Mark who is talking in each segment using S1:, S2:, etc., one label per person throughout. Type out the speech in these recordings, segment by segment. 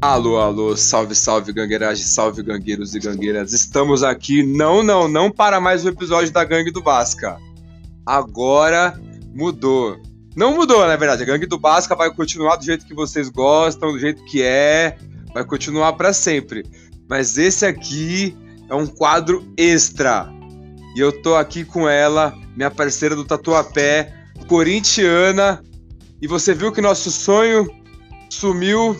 S1: Alô, alô, salve, salve, gangueiragem, salve, gangueiros e gangueiras. Estamos aqui, não, não, não para mais um episódio da Gangue do Basca. Agora mudou. Não mudou, na verdade. A Gangue do Basca vai continuar do jeito que vocês gostam, do jeito que é, vai continuar para sempre. Mas esse aqui é um quadro extra. E eu tô aqui com ela, minha parceira do Tatuapé, corintiana. E você viu que nosso sonho sumiu.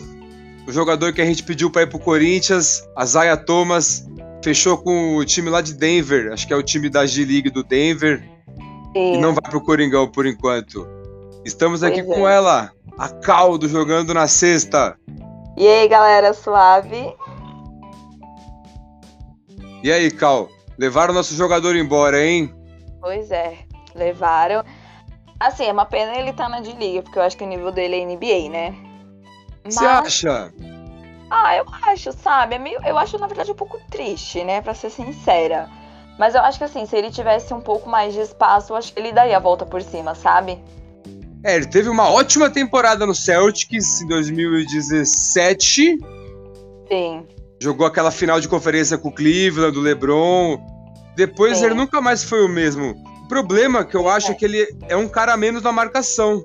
S1: O jogador que a gente pediu para ir pro Corinthians, a Zaya Thomas, fechou com o time lá de Denver, acho que é o time da G-League do Denver, e não vai pro Coringão por enquanto. Estamos aqui
S2: É. Pois é.
S1: com ela, a Caldo jogando na sexta.
S2: E aí, galera, suave?
S1: E aí, Cal? Levaram nosso jogador embora, hein?
S2: Pois é, levaram. Assim, é uma pena ele tá na D-Liga, porque eu acho que o nível dele é NBA, né? Mas,
S1: Você acha?
S2: ah, eu acho, sabe? É meio, eu acho, na verdade, um pouco triste, né? Pra ser sincera. Mas eu acho que, assim, se ele tivesse um pouco mais de espaço, eu acho que ele daria a volta por cima, sabe?
S1: É, ele teve uma ótima temporada no Celtics em 2017.
S2: Sim.
S1: Jogou aquela final de conferência com o Cleveland, do LeBron. Depois
S2: Sim.
S1: ele nunca mais foi o mesmo. O problema que eu acho é que ele é um cara a menos na marcação.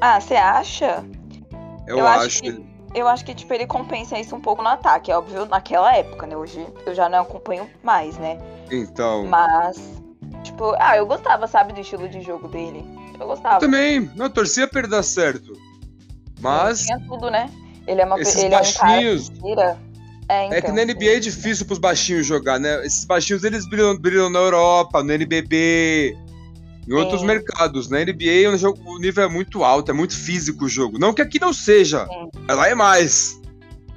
S2: Ah, você acha?
S1: Eu,
S2: Eu acho
S1: acho.
S2: que- Eu acho que, tipo, ele compensa isso um pouco no ataque, é óbvio, naquela época, né? Hoje eu já não acompanho mais, né?
S1: Então.
S2: Mas, tipo, ah, eu gostava, sabe, do estilo de jogo dele. Eu gostava.
S1: Eu também. Não, eu torcia pra ele dar certo. Mas
S2: Tinha tudo, né? Ele é, uma,
S1: esses
S2: ele é um cara que
S1: baixinhos.
S2: tira. É, então.
S1: É que na NBA é difícil pros baixinhos jogar, né? Esses baixinhos eles brilham, brilham na Europa, no NBB, em outros
S2: Sim.
S1: mercados. Na NBA o, jogo- o nível é muito alto, é muito físico o jogo. Não que aqui não seja, mas lá é mais.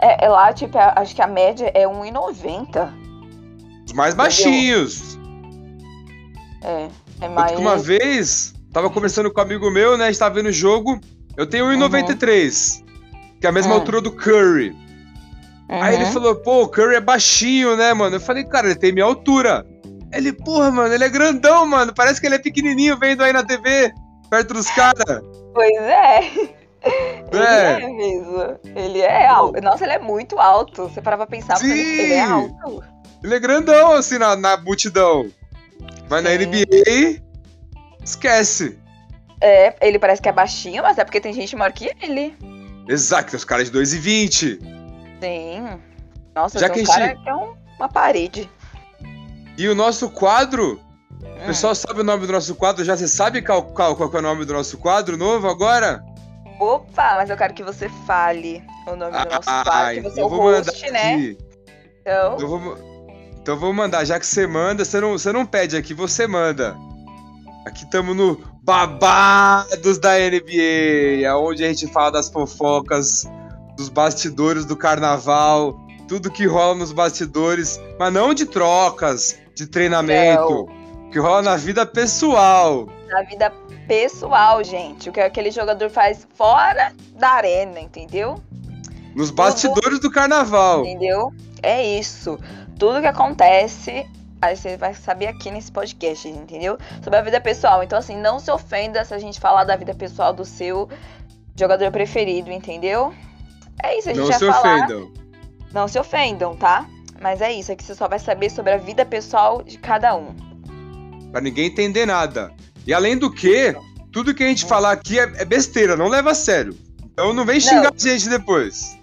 S2: É, é lá, tipo, é- acho que a média é 1,90.
S1: Os mais baixinhos.
S2: É, é
S1: Tanto
S2: mais.
S1: que tipo uma vez, tava conversando com um amigo meu, né? A gente tava vendo o jogo. Eu tenho
S2: Uhum.
S1: 1,93, que é a mesma
S2: Hum.
S1: altura do Curry.
S2: Uhum.
S1: Aí ele falou, pô, o Curry é baixinho, né, mano? Eu falei, cara, ele tem minha altura. Ele, porra, mano, ele é grandão, mano. Parece que ele é pequenininho vendo aí na TV, perto dos caras.
S2: Pois é. Ele
S1: É.
S2: é. mesmo. Ele é alto. Nossa, ele é muito alto. Você parava pra pensar, porque ele, ele é
S1: Sim.
S2: alto.
S1: Ele é grandão, assim, na, na multidão. Mas na
S2: Sim.
S1: NBA, esquece.
S2: É, ele parece que é baixinho, mas é porque tem gente maior que ele.
S1: Exato, tem os caras de 2,20.
S2: Sim. Nossa,
S1: Já
S2: tem
S1: que
S2: um
S1: a
S2: cara que é um- uma parede.
S1: E o nosso quadro, o
S2: Hum.
S1: pessoal sabe o nome do nosso quadro já? Você sabe qual, qual, qual que é o nome do nosso quadro novo agora?
S2: Opa, mas eu quero que você fale o nome do nosso quadro, que você é o
S1: Ah, eu vou mandar
S2: host, né?
S1: aqui.
S2: Então,
S1: Eu vou ma- então eu vou mandar, já que você manda, você não, você não pede aqui, você manda. Aqui estamos no Babados da NBA, onde a gente fala das fofocas, dos bastidores do carnaval, tudo que rola nos bastidores, mas não de trocas, de treinamento, que rola na vida pessoal.
S2: na vida pessoal, gente, o que aquele jogador faz fora da arena, entendeu?
S1: Nos bastidores do carnaval.
S2: Entendeu? É isso. Tudo que acontece, aí você vai saber aqui nesse podcast, entendeu? Sobre a vida pessoal. Então, assim, não se ofenda se a gente falar da vida pessoal do seu jogador preferido, entendeu? É isso, a gente
S1: Não
S2: vai
S1: se
S2: falar.
S1: ofendam.
S2: Não se ofendam, tá? Mas é isso, é que você só vai saber sobre a vida pessoal de cada um.
S1: Pra ninguém entender nada. E além do que, tudo que a gente falar aqui é, é besteira, não leva a sério. Então não vem xingar a gente depois.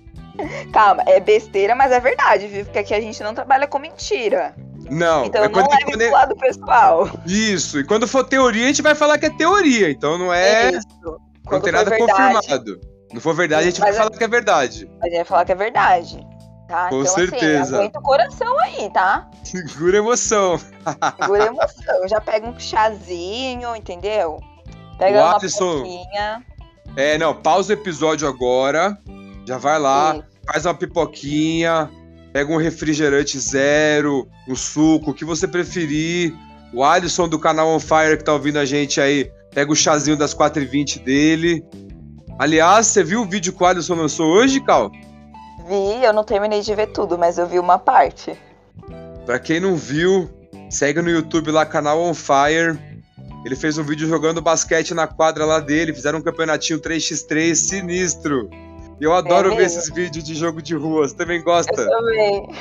S2: Calma, é besteira, mas é verdade, viu? Porque aqui a gente não trabalha com mentira.
S1: Não.
S2: então
S1: é
S2: não
S1: quando-
S2: leve
S1: quando
S2: pro lado pessoal.
S1: Isso. E quando for teoria, a gente vai falar que é teoria. Então não é.
S2: isso.
S1: não
S2: Quando
S1: tem
S2: for
S1: nada
S2: verdade,
S1: confirmado. Não for verdade, a gente vai
S2: Mas é-
S1: falar que é verdade.
S2: A gente vai falar que é verdade. Tá?
S1: Com
S2: então,
S1: certeza.
S2: assim, aguenta o coração aí, tá?
S1: Segura a emoção.
S2: Segura a emoção. Já pega um chazinho, entendeu? Pega
S1: O
S2: uma
S1: Alisson-
S2: pouquinha.
S1: É, não. Pausa o episódio agora. Já vai lá, faz uma pipoquinha, pega um refrigerante zero, um suco, o que você preferir. O Alisson do canal On Fire que tá ouvindo a gente aí, pega o chazinho das 4h20 dele. Aliás, você viu o vídeo que o Alisson lançou hoje, Cal?
S2: Vi, eu não terminei de ver tudo, mas eu vi uma parte.
S1: Pra quem não viu, segue no YouTube lá, canal On Fire. Ele fez um vídeo jogando basquete na quadra lá dele, fizeram um campeonatinho 3x3 sinistro. Eu adoro ver
S2: mesmo?
S1: esses vídeos de jogo de rua. Você também gosta?
S2: Eu também.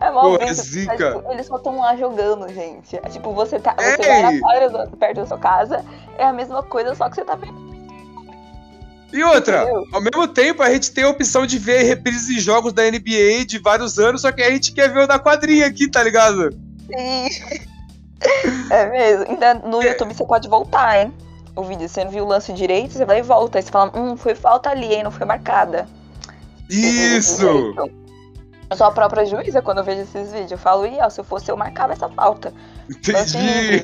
S2: É mó
S1: Pô, é
S2: vídeo, mas,
S1: zica.
S2: tipo, eles só estão lá jogando, gente. É tipo, você tá. Você
S1: Ei!
S2: vai na quadra do- perto da sua casa, é a mesma coisa, só que você tá vendo.
S1: E outra,
S2: Entendeu?
S1: ao mesmo tempo a gente tem a opção de ver reprises de jogos da NBA de vários anos, só que a gente quer ver o da quadrinha aqui, tá ligado?
S2: Sim. É mesmo. Ainda no
S1: É.
S2: YouTube você pode voltar, hein? O vídeo, você não viu o lance direito, você vai e volta. Aí você fala, hum, foi falta ali, hein? Não foi marcada.
S1: Isso!
S2: Eu sou a própria juíza quando eu vejo esses vídeos. Eu falo, ih, ó, se eu fosse eu marcava essa falta.
S1: Entendi!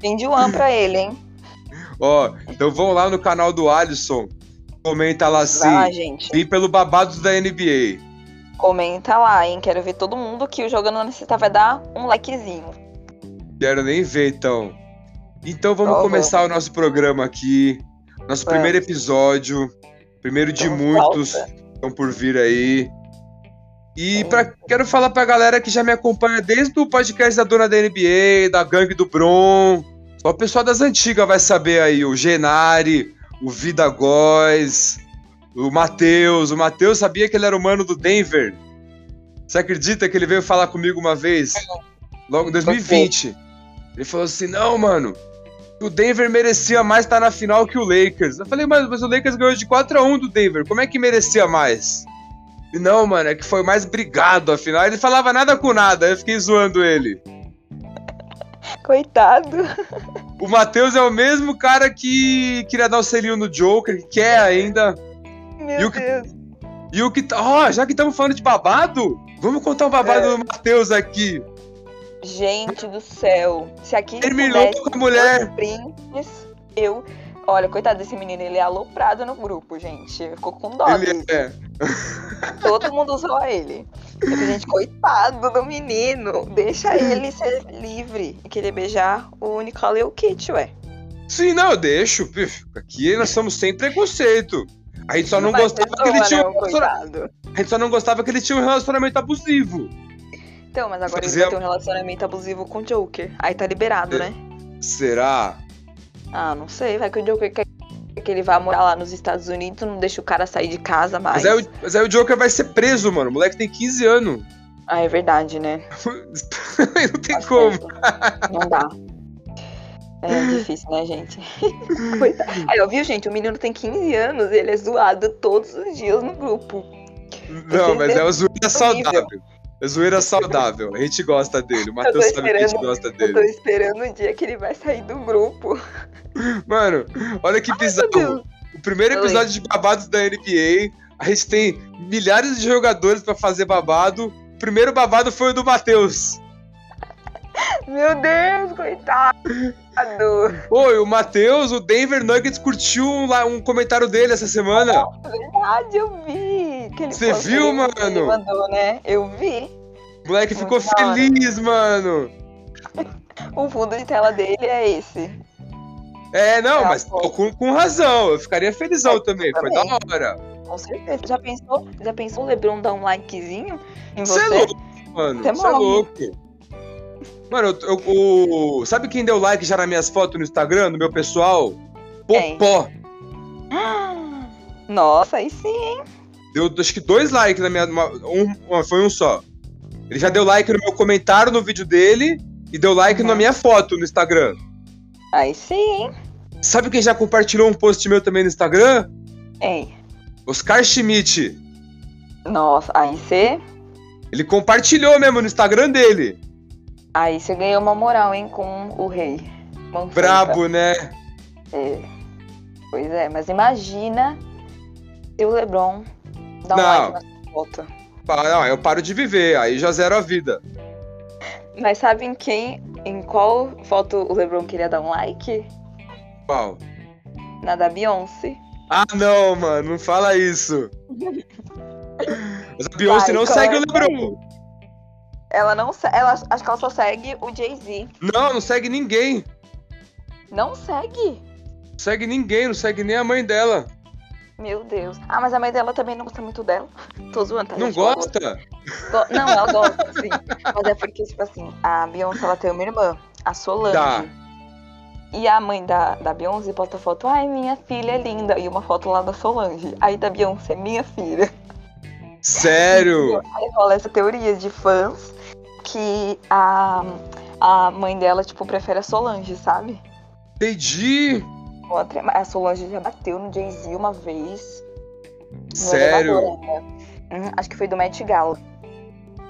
S2: Vende o um pra ele, hein?
S1: Ó, então vão lá no canal do Alisson, comenta lá
S2: Vai lá,
S1: assim,
S2: gente.
S1: vim pelo babado da NBA.
S2: Comenta lá, hein? Quero ver todo mundo que o Jogando na Cita vai dar um likezinho.
S1: Quero nem ver então. Então vamos
S2: Tá bom.
S1: começar o nosso programa aqui, nosso
S2: Vamos.
S1: primeiro episódio, primeiro de
S2: Vamos, né?
S1: muitos
S2: volta.
S1: que estão por vir aí. E
S2: Sim.
S1: pra, quero falar pra galera que já me acompanha desde o podcast da Dona da NBA, da Gangue do Bron. Só o pessoal das antigas vai saber aí. O Genari, o Vida Góes, o Matheus. O Matheus sabia que ele era humano do Denver. Você acredita que ele veio falar comigo uma vez? Logo em 2020. Ele falou assim: não, mano. O Denver merecia mais estar na final que o Lakers. Eu falei, mas, mas o Lakers ganhou de 4 a 1 do Denver. Como é que merecia mais? E não, mano, é que foi mais brigado afinal. Ele falava nada com nada, eu fiquei zoando ele.
S2: Coitado.
S1: O Matheus é o mesmo cara que queria dar o selinho no Joker, que quer ainda.
S2: Meu
S1: E o que-
S2: Deus.
S1: E o que tá. Ó, já que estamos falando de babado, vamos contar o babado
S2: É.
S1: do Matheus aqui.
S2: Gente do céu. Se aqui
S1: Terminou
S2: pudesse
S1: com a mulher.
S2: dois prints, eu. Olha, coitado desse menino, ele é aloprado no grupo, gente. Ficou com dó.
S1: Ele
S2: dele.
S1: é.
S2: Todo mundo usou ele. Eu falei, gente, coitado do menino. Deixa ele ser livre e querer beijar o Nicole e o Kit, ué.
S1: Sim, não, eu deixo. pif, Aqui nós somos sem preconceito. A gente só não,
S2: vai
S1: gostava
S2: ser
S1: que ele
S2: zoa,
S1: tinha
S2: não, né,
S1: um relaciona-
S2: coitado.
S1: A gente só não gostava que ele tinha um relacionamento abusivo.
S2: Então, mas agora
S1: Fazia-
S2: ele vai ter um relacionamento abusivo com o Joker. Aí tá liberado,
S1: É.
S2: né?
S1: Será?
S2: Ah, não sei. Vai que o Joker quer que ele vá morar lá nos Estados Unidos, não deixa o cara sair de casa mais.
S1: Mas aí, o- mas aí o Joker vai ser preso, mano. O moleque tem 15 anos.
S2: Ah, é verdade, né?
S1: não tem como.
S2: é Não dá. É difícil, né, gente? Coitado. Aí, ó, viu, gente? O menino tem 15 anos e ele é zoado todos os dias no grupo.
S1: Não, mas é uma zoeira saudável. É zoeira saudável. A gente gosta dele. O Matheus
S2: tô
S1: sabe que a gente
S2: esperando-
S1: gosta
S2: Eu tô
S1: dele.
S2: esperando o dia que ele vai sair do grupo.
S1: Mano, olha que
S2: Meu Deus.
S1: bizarro. O primeiro
S2: Oi.
S1: episódio de babados da NBA. A gente tem milhares de jogadores pra fazer babado. O primeiro babado foi o do Matheus.
S2: Meu Deus, coitado.
S1: Oi, o Matheus, o Denver Nuggets curtiu um, lá- um comentário dele essa semana.
S2: Verdade, eu vi. que ele
S1: Você
S2: postou,
S1: viu,
S2: ele- ele
S1: mano?
S2: mandou, né? Eu vi.
S1: O moleque ficou
S2: Muito da hora.
S1: feliz, mano.
S2: O fundo de tela dele é esse.
S1: É, não,
S2: Tá
S1: mas
S2: bom.
S1: com, com razão. Eu ficaria felizão também. Foi da
S2: É, também.
S1: hora.
S2: Com certeza. Já pensou? Já pensou o Lebron dar um likezinho em
S1: Você
S2: você?
S1: é louco, mano.
S2: Você
S1: Você é
S2: morre.
S1: louco. Mano, eu, eu- o- sabe quem deu like já nas minhas fotos no Instagram, no meu pessoal?
S2: Quem?
S1: Popó.
S2: Ah, Nossa, aí sim.
S1: Deu acho que dois likes na minha. uma- um- uma- foi um só. Ele já deu like no meu comentário no vídeo dele e deu like
S2: Uhum.
S1: na minha foto no Instagram.
S2: Aí sim.
S1: Sabe quem já compartilhou um post meu também no Instagram?
S2: Hein?
S1: Oscar Schmidt.
S2: Nossa, aí você.
S1: Ele compartilhou mesmo no Instagram dele.
S2: Aí você ganhou uma moral, hein, com o rei. Manfreda.
S1: Brabo, né?
S2: É. Pois é, mas imagina se o Lebron dar um
S1: Não.
S2: like na sua foto.
S1: Fala, não, eu paro de viver, aí já zero a vida.
S2: Mas sabem quem, em qual foto o Lebron queria dar um like?
S1: Qual?
S2: Na da Beyoncé.
S1: Ah, não, mano, não fala isso. Mas a Beyoncé
S2: Vai,
S1: não
S2: qual
S1: segue
S2: é?
S1: o Lebron.
S2: Ela não. se- Ela, acho que ela só segue o Jay-Z.
S1: Não, não segue ninguém.
S2: Não segue?
S1: Não segue ninguém, não segue nem a mãe dela.
S2: Meu Deus. Ah, mas a mãe dela também não gosta muito dela. Tô zoando, tá?
S1: Não
S2: gente?
S1: gosta?
S2: Go- Não, ela gosta, assim, sim. Mas é porque, tipo assim, a Beyoncé, ela tem uma irmã, a Solange.
S1: Tá.
S2: E a mãe da, da Beyoncé bota foto, ai, minha filha é linda. E uma foto lá da Solange. Aí da Beyoncé, minha filha.
S1: Sério?
S2: Aí rola essa teoria de fãs que a, a mãe dela, tipo, prefere a Solange, sabe?
S1: Entendi!
S2: Outra- A Solange já bateu no Jay-Z uma vez. no
S1: Sério?
S2: elevador, né? Uhum, acho que foi do Met Gala.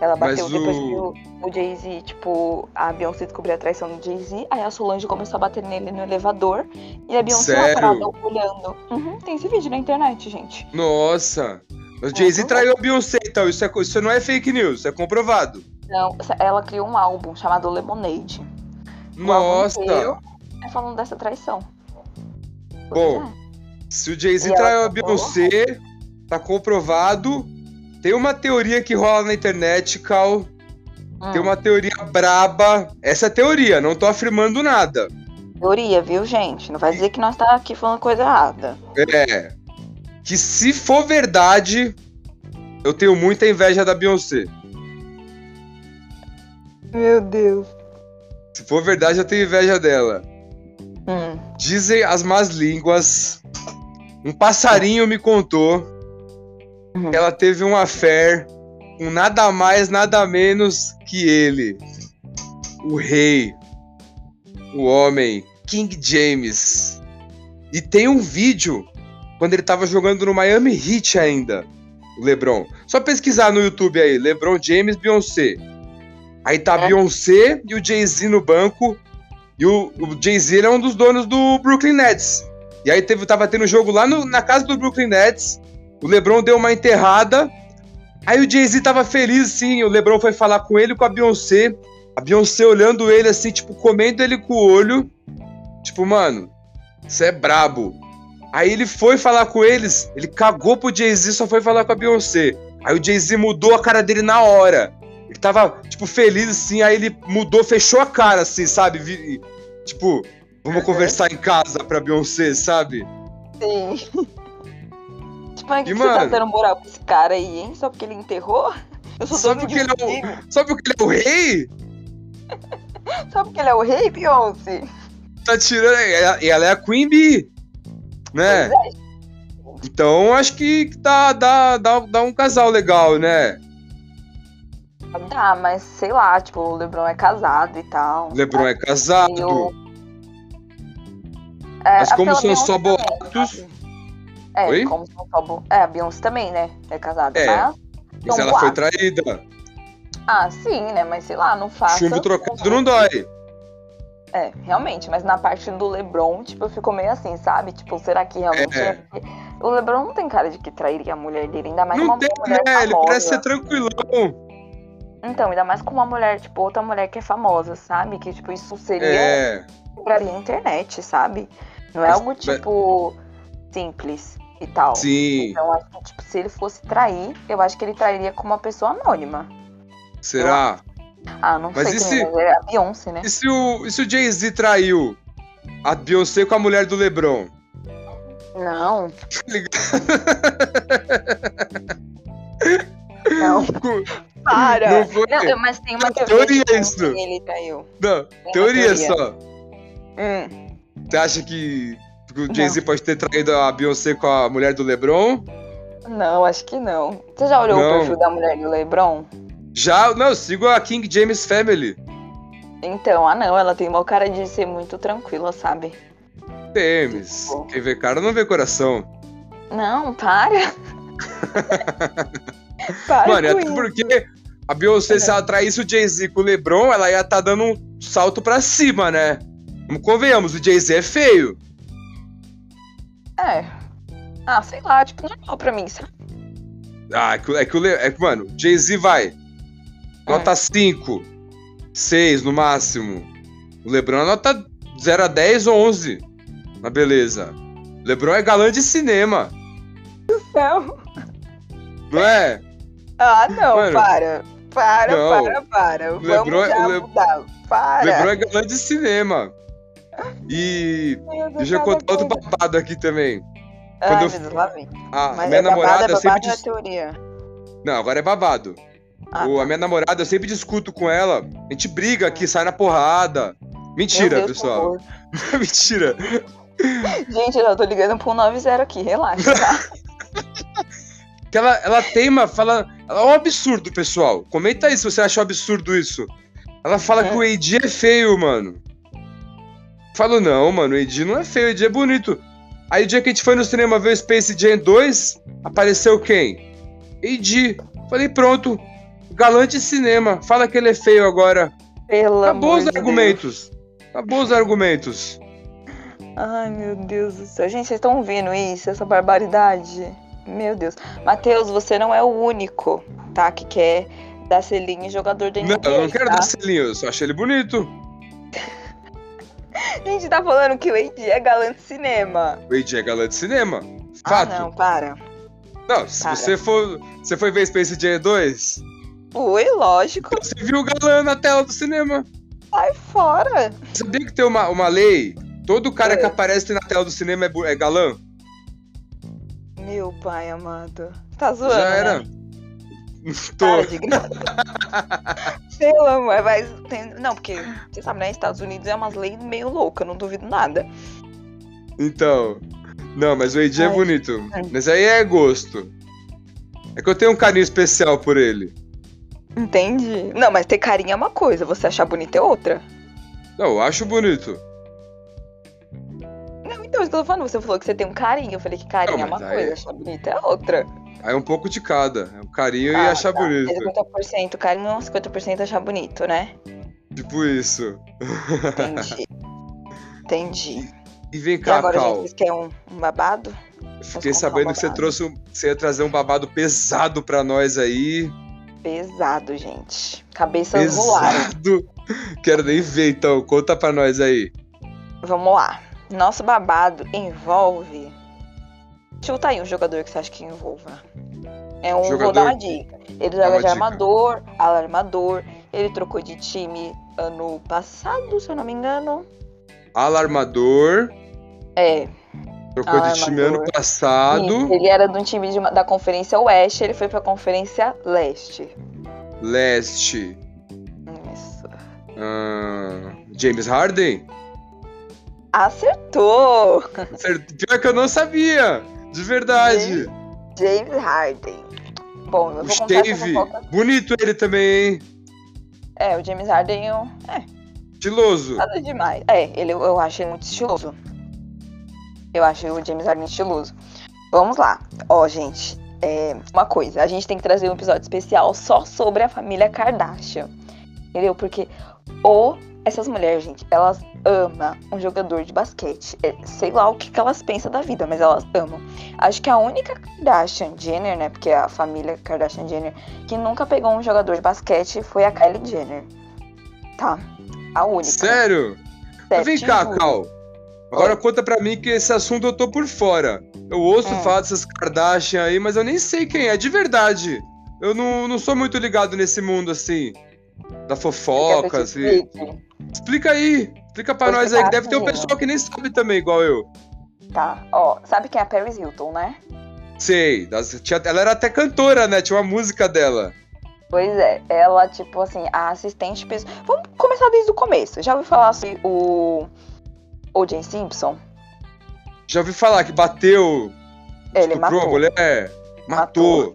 S2: Ela
S1: Mas
S2: bateu depois
S1: o-
S2: que o, o Jay-Z, tipo, a Beyoncé descobriu a traição do Jay-Z, aí a Solange começou a bater nele no elevador, e a Beyoncé lá
S1: Sério?
S2: parada olhando. Uhum, tem esse vídeo na internet, gente.
S1: Nossa! O Jay-Z
S2: Uhum.
S1: traiu a Beyoncé, então. Isso, é co- isso não é fake news, isso é comprovado.
S2: Então, ela criou um álbum chamado Lemonade. Um álbum
S1: Nossa!
S2: inteiro é falando dessa traição.
S1: Bom,
S2: Pois é.
S1: Se o Jay-Z
S2: E
S1: traiu
S2: ela
S1: a Beyoncé, tá comprovado. Tem uma teoria que rola na internet, Cal.
S2: Hum,
S1: Tem uma teoria braba. Essa é teoria, não tô afirmando nada.
S2: Hum, teoria, viu, gente? Não vai dizer que nós tá aqui falando coisa errada.
S1: É. Que se for verdade, eu tenho muita inveja da Beyoncé.
S2: Meu Deus.
S1: Se for verdade, eu tenho inveja dela.
S2: Hum,
S1: Dizem as más línguas. Um passarinho me contou
S2: Uhum.
S1: que ela teve um affair com nada mais, nada menos que ele. O rei. O homem. King James. E tem um vídeo quando ele tava jogando no Miami Heat ainda. O LeBron. Só pesquisar no YouTube aí. LeBron James, Beyoncé. Aí tá
S2: É.
S1: Beyoncé e o Jay-Z no banco. E o, o Jay-Z ele é um dos donos do Brooklyn Nets. E aí teve, tava tendo jogo lá no- na casa do Brooklyn Nets. O LeBron deu uma enterrada. Aí o Jay-Z tava feliz, sim. O LeBron foi falar com ele e com a Beyoncé. A Beyoncé olhando ele assim, tipo, comendo ele com o olho. Tipo, mano, você é brabo. Aí ele foi falar com eles, ele cagou pro Jay-Z, só foi falar com a Beyoncé. Aí o Jay-Z mudou a cara dele na hora. Ele tava, tipo, feliz assim, aí ele mudou, fechou a cara, assim, sabe? Vi- Tipo, vamos
S2: Uhum.
S1: conversar em casa pra Beyoncé, sabe?
S2: sim. tipo, mas
S1: E,
S2: que você tá
S1: mano?
S2: dando moral com esse cara aí, hein? Só porque ele enterrou? Eu sou
S1: Só
S2: dono
S1: porque
S2: de um
S1: ele é o-
S2: filho.
S1: Só porque ele é o rei?
S2: Só porque ele é o rei, Beyoncé?
S1: Tá tirando. E ela- e ela é a Queen Bee, né?
S2: Pois
S1: Então acho que tá, dá, dá, dá um casal legal, né?
S2: é. Dá, mas sei lá, tipo, o Lebron é casado e tal.
S1: O LeBron é casado.
S2: Eu-
S1: Mas
S2: ah,
S1: como
S2: pela
S1: são
S2: Beyoncé
S1: só
S2: também,
S1: boatos-
S2: sabe? É,
S1: Oi?
S2: como são só bo... É, a Beyoncé também, né? É casada.
S1: É.
S2: Mas...
S1: Mas
S2: são
S1: ela foi
S2: boatos.
S1: traída.
S2: Ah, sim, né? Mas sei lá, não faça.
S1: Chumbo trocado não dói.
S2: É, realmente, mas na parte do Lebron, tipo, eu fico meio assim, sabe? Tipo, será que realmente.
S1: É.
S2: é- O Lebron não tem cara de que trairia a mulher dele, ainda mais
S1: não
S2: uma
S1: tem,
S2: mulher
S1: né? Ele
S2: famosa.
S1: parece ser tranquilão.
S2: Então, ainda mais com uma mulher, tipo, outra mulher que é famosa, sabe? Que, tipo, isso seria
S1: É.
S2: quebraria a internet, sabe? Não é
S1: Mas-
S2: algo, tipo, simples e tal.
S1: Sim.
S2: Então, acho que, tipo, se ele fosse trair, eu acho que ele trairia com uma pessoa anônima.
S1: Será?
S2: Ah, não
S1: Mas
S2: sei
S1: e
S2: também,
S1: se-
S2: mas é a Beyoncé, né?
S1: E se o, e se o Jay-Z traiu a Beyoncé com a mulher do Lebron?
S2: Não.
S1: ligado?
S2: Não,
S1: Com-
S2: para.
S1: Não foi?
S2: Não, eu- mas tem uma
S1: Não,
S2: teoria,
S1: teoria é
S2: de
S1: isso.
S2: como ele traiu.
S1: Não,
S2: Tem uma
S1: teoria é só.
S2: Hum,
S1: Você acha que o Jay-Z pode ter traído a Beyoncé com a mulher do Lebron?
S2: não, acho que não. Você já olhou
S1: Não.
S2: o perfil da mulher do Lebron?
S1: Já, não, eu sigo a King James Family.
S2: Então, ah não, ela tem uma cara de ser muito tranquila, sabe?
S1: Temes. Quem vê cara não vê coração.
S2: Não, para. para
S1: Mano, e
S2: com
S1: até
S2: isso.
S1: porque a Beyoncé, se ela traísse o Jay-Z com o Lebron, ela ia estar dando um salto pra cima, né? Como Convenhamos, o Jay-Z é feio.
S2: É. Ah, sei lá, tipo, normal pra mim, sabe?
S1: Ah, é que, o- é que o Le- é que, mano, Jay-Z vai.
S2: É.
S1: Nota 5, 6 no máximo. O Lebron é nota 0 a 10 ou 11 na beleza. Lebron é galã de cinema,
S2: Não.
S1: não é?
S2: Ah, não,
S1: Mano,
S2: para. Para,
S1: não.
S2: para, para.
S1: Lebron-
S2: Vamos já
S1: o Le-
S2: mudar. Para.
S1: Lebron é galã de cinema. E
S2: Meu Deus,
S1: deixa eu
S2: cada
S1: contar outro
S2: coisa.
S1: babado aqui também.
S2: Ai,
S1: quando eu
S2: meu
S1: fui-
S2: Deus, Ah, lá vem.
S1: A
S2: Mas
S1: minha
S2: é babado,
S1: namorada, eu
S2: é
S1: sempre
S2: babado ou é
S1: dis-
S2: teoria.
S1: Não, agora é babado.
S2: Ah,
S1: O- a minha namorada, eu sempre discuto com ela. A gente briga aqui, sai na porrada.
S2: Meu
S1: Mentira,
S2: Deus, que
S1: pessoal.
S2: horror.
S1: Mentira.
S2: Gente, eu já tô ligando pro 90 aqui, relaxa. tá?
S1: Que ela, ela teima, fala. Ela é um absurdo, pessoal. Comenta aí se você achou absurdo isso. Ela fala
S2: É.
S1: que o Eiji é feio, mano. Falo, não, mano, o Eiji não é feio, o Eiji é bonito. Aí o dia que a gente foi no cinema ver o Space Jam 2, apareceu quem? Eiji. Falei, pronto. Galante cinema. Fala que ele é feio agora.
S2: Pelo
S1: Acabou
S2: amor
S1: os
S2: de Deus.
S1: argumentos. Acabou os argumentos.
S2: Ai, meu Deus do céu. Gente, vocês estão ouvindo isso? Essa barbaridade? Meu Deus. Matheus, você não é o único, tá? Que quer dar selinho em jogador de
S1: Não,
S2: NBA,
S1: eu não quero
S2: tá?
S1: dar selinho, eu só achei ele bonito.
S2: Gente, tá falando que o Andy é galã de cinema.
S1: O Eiji é galante cinema.
S2: Ah,
S1: Fato.
S2: não, para.
S1: não. se
S2: Cara.
S1: você for. Você foi ver Space Jam 2?
S2: Ui, lógico.
S1: Você viu o galã na tela do cinema.
S2: Sai fora.
S1: Sabia que tem uma, uma lei? Todo cara
S2: É.
S1: que aparece na tela do cinema é, bu- é galã?
S2: Meu pai amado. Tá zoando,
S1: Já era.
S2: né? Para
S1: Tô.
S2: de graça. Pelo amor, mas... tem- Não, porque, você sabe, né? Estados Unidos é umas leis meio loucas, não duvido nada.
S1: Então. Não, mas o Eiji é
S2: Ai.
S1: bonito.
S2: Ai.
S1: Mas aí é gosto. É que eu tenho um carinho especial por ele.
S2: Entendi. Não, mas ter carinho é uma coisa, você achar bonito é outra.
S1: Não, eu acho bonito.
S2: Não, então, eu tô falando, você falou que você tem um carinho. Eu falei que carinho
S1: Não,
S2: é uma
S1: mas aí-
S2: coisa, achar bonito é outra.
S1: Aí é um pouco de cada. É um carinho e
S2: Ah,
S1: achar bonito.
S2: É 50% carinho, é 50% achar bonito, né?
S1: Tipo isso.
S2: Entendi. Entendi.
S1: E vem
S2: E
S1: cá,
S2: agora, gente,
S1: Cal.
S2: vocês querem um, um babado?
S1: Fiquei
S2: contar um
S1: sabendo que você
S2: babado.
S1: trouxe um, que você ia trazer um babado pesado pra nós aí.
S2: Pesado, gente. Cabeças rolaram.
S1: Pesado. Quero nem ver, então. Conta pra nós aí.
S2: Vamos lá. Nosso babado envolve. Chuta aí um jogador que você acha que envolva. É um. Vou
S1: Jogador-
S2: dar uma dica. Ele
S1: Dá uma
S2: joga de
S1: dica.
S2: armador, alarmador. Ele trocou de time ano passado, se eu não me engano.
S1: Alarmador.
S2: É.
S1: Trocou de time
S2: Alarmador.
S1: ano passado.
S2: sim, Ele era de um time de uma- da Conferência Oeste, ele foi pra Conferência Leste.
S1: Leste.
S2: Isso.
S1: Ah, James Harden?
S2: Acertou!
S1: Cer- Pior que eu não sabia. De verdade.
S2: James Harden. Bom, eu
S1: O
S2: vou contar essa
S1: Steve.
S2: fofoca.
S1: Bonito ele também, hein?
S2: É, o James Harden eu
S1: Estiloso.
S2: Nada demais. É, ele, eu achei muito estiloso. Eu achei o James Harden estiloso. Vamos lá. Ó, gente, é, uma coisa. A gente tem que trazer um episódio especial só sobre a família Kardashian. Entendeu? Porque ou essas mulheres, gente, elas amam um jogador de basquete. É, sei lá o que, que elas pensam da vida, mas elas amam. Acho que a única Kardashian Jenner, né? Porque a família Kardashian Jenner, que nunca pegou um jogador de basquete foi a Kylie Jenner. Tá? A única.
S1: Sério? Mas Vem
S2: te
S1: cá,
S2: juro.
S1: Cal. Agora conta pra mim que esse assunto eu tô por fora. Eu ouço
S2: Hum.
S1: falar dessas Kardashian aí, mas eu nem sei quem é, de verdade. Eu não, não sou muito ligado nesse mundo, assim, da
S2: Quer que
S1: fofoca,
S2: eu te
S1: assim.
S2: explique?
S1: Explica aí, explica pra
S2: Vou
S1: nós aí,
S2: explicar
S1: que deve ter um
S2: rapidinho.
S1: pessoal que nem sabe também, igual eu.
S2: Tá, ó, sabe quem é a Paris Hilton, né?
S1: Sei, das- tinha- ela era até cantora, né? Tinha uma música dela.
S2: Pois é, ela, tipo assim, a assistente pessoal. Vamos começar desde o começo. Já ouviu falar sobre o. O Jay Simpson?
S1: Já ouvi falar que bateu,
S2: Ele
S1: estuprou a
S2: matou.
S1: mulher. é, Matou,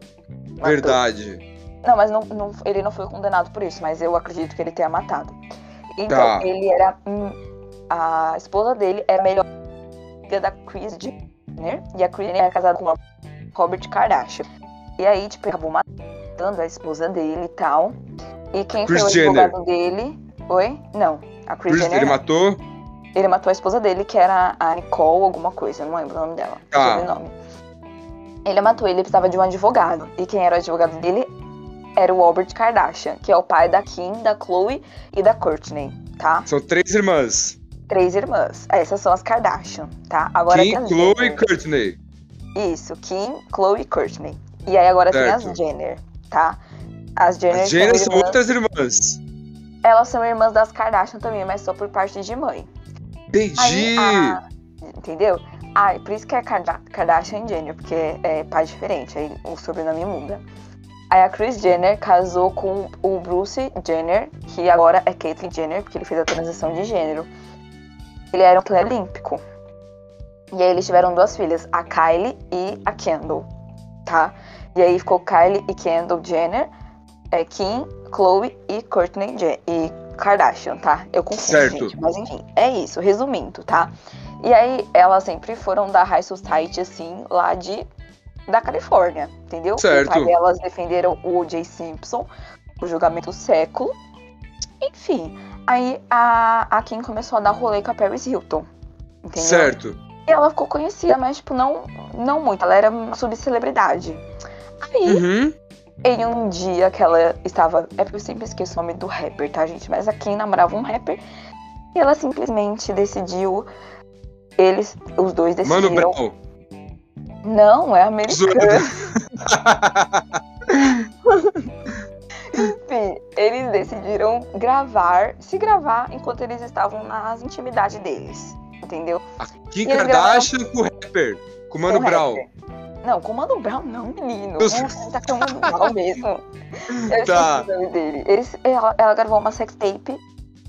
S2: matou.
S1: verdade.
S2: Não, mas não, não- ele não foi condenado por isso, mas eu acredito que ele tenha matado. Então,
S1: Tá.
S2: ele era. hum, A esposa dele era a melhor amiga da Kris Jenner. E a Kris Jenner era casada com o Robert Kardashian. E aí, tipo, acabou matando a esposa dele e tal. E quem
S1: Kris
S2: foi o
S1: Jenner.
S2: advogado dele? Oi? Não. A Kris
S1: Chris,
S2: Jenner. é
S1: ele
S2: não.
S1: matou?
S2: Ele matou a esposa dele, que era a Nicole, alguma coisa, eu não lembro o nome dela.
S1: Tá.
S2: o Sobrenome. Ele matou ele, precisava de um advogado. E quem era o advogado dele era o Albert Kardashian, que é o pai da Kim, da Chloe e da Courtney, tá?
S1: São três irmãs.
S2: Três irmãs. É, Essas são as Kardashian, tá? Agora tem
S1: Kim,
S2: as
S1: Chloe e
S2: Jenner.
S1: Courtney.
S2: Isso, Kim, Chloe e Courtney. E aí agora tem
S1: Certo.
S2: as Jenner, tá? As Jenner,
S1: As gêmeas
S2: são
S1: são
S2: irmãs.
S1: outras irmãs.
S2: Elas são irmãs das Kardashian também, mas só por parte de mãe.
S1: Entendi.
S2: Aí, a- entendeu? Ah, é por isso que é Karda- Kardashian Jenner, porque é pai diferente, aí o sobrenome muda. Aí a Kris Jenner casou com o Bruce Jenner, que agora é Caitlyn Jenner, porque ele fez a transição de gênero. ele era um pré-olímpico. E aí eles tiveram duas filhas, a Kylie e a Kendall, tá? E aí ficou Kylie e Kendall Jenner, é, Kim, Chloe e Courtney Jen e Kardashian, tá? Eu confundo,
S1: Certo.
S2: gente, mas enfim, é isso, resumindo, tá? E aí elas sempre foram da High Society, assim, lá de da Califórnia, entendeu?
S1: Certo.
S2: O pai delas defenderam o O.J. Simpson, o julgamento do século. Enfim, aí a, a Kim começou a dar rolê com a Paris Hilton, entendeu?
S1: Certo.
S2: E ela ficou conhecida, mas, tipo, não, não muito. Ela era uma subcelebridade. Aí,
S1: Uhum.
S2: em um dia que ela estava. É porque eu sempre esqueço o nome do rapper, tá, gente? Mas a Kim namorava um rapper. E ela simplesmente decidiu. Eles, os dois
S1: Mano
S2: decidiram.
S1: Brown.
S2: não, é americano.
S1: Zoando.
S2: Enfim, eles decidiram gravar, se gravar enquanto eles estavam nas intimidades deles. Entendeu?
S1: Kim
S2: E eles
S1: Kardashian com o rapper. Com o Mano
S2: é Com o
S1: Brown.
S2: rapper. Não, com o Mano Brown não, menino.
S1: Deus.
S2: Nossa, tá com o Mano Brown mesmo. Eu
S1: Tá.
S2: esqueci é o nome dele. Eles- ela, ela gravou uma sextape.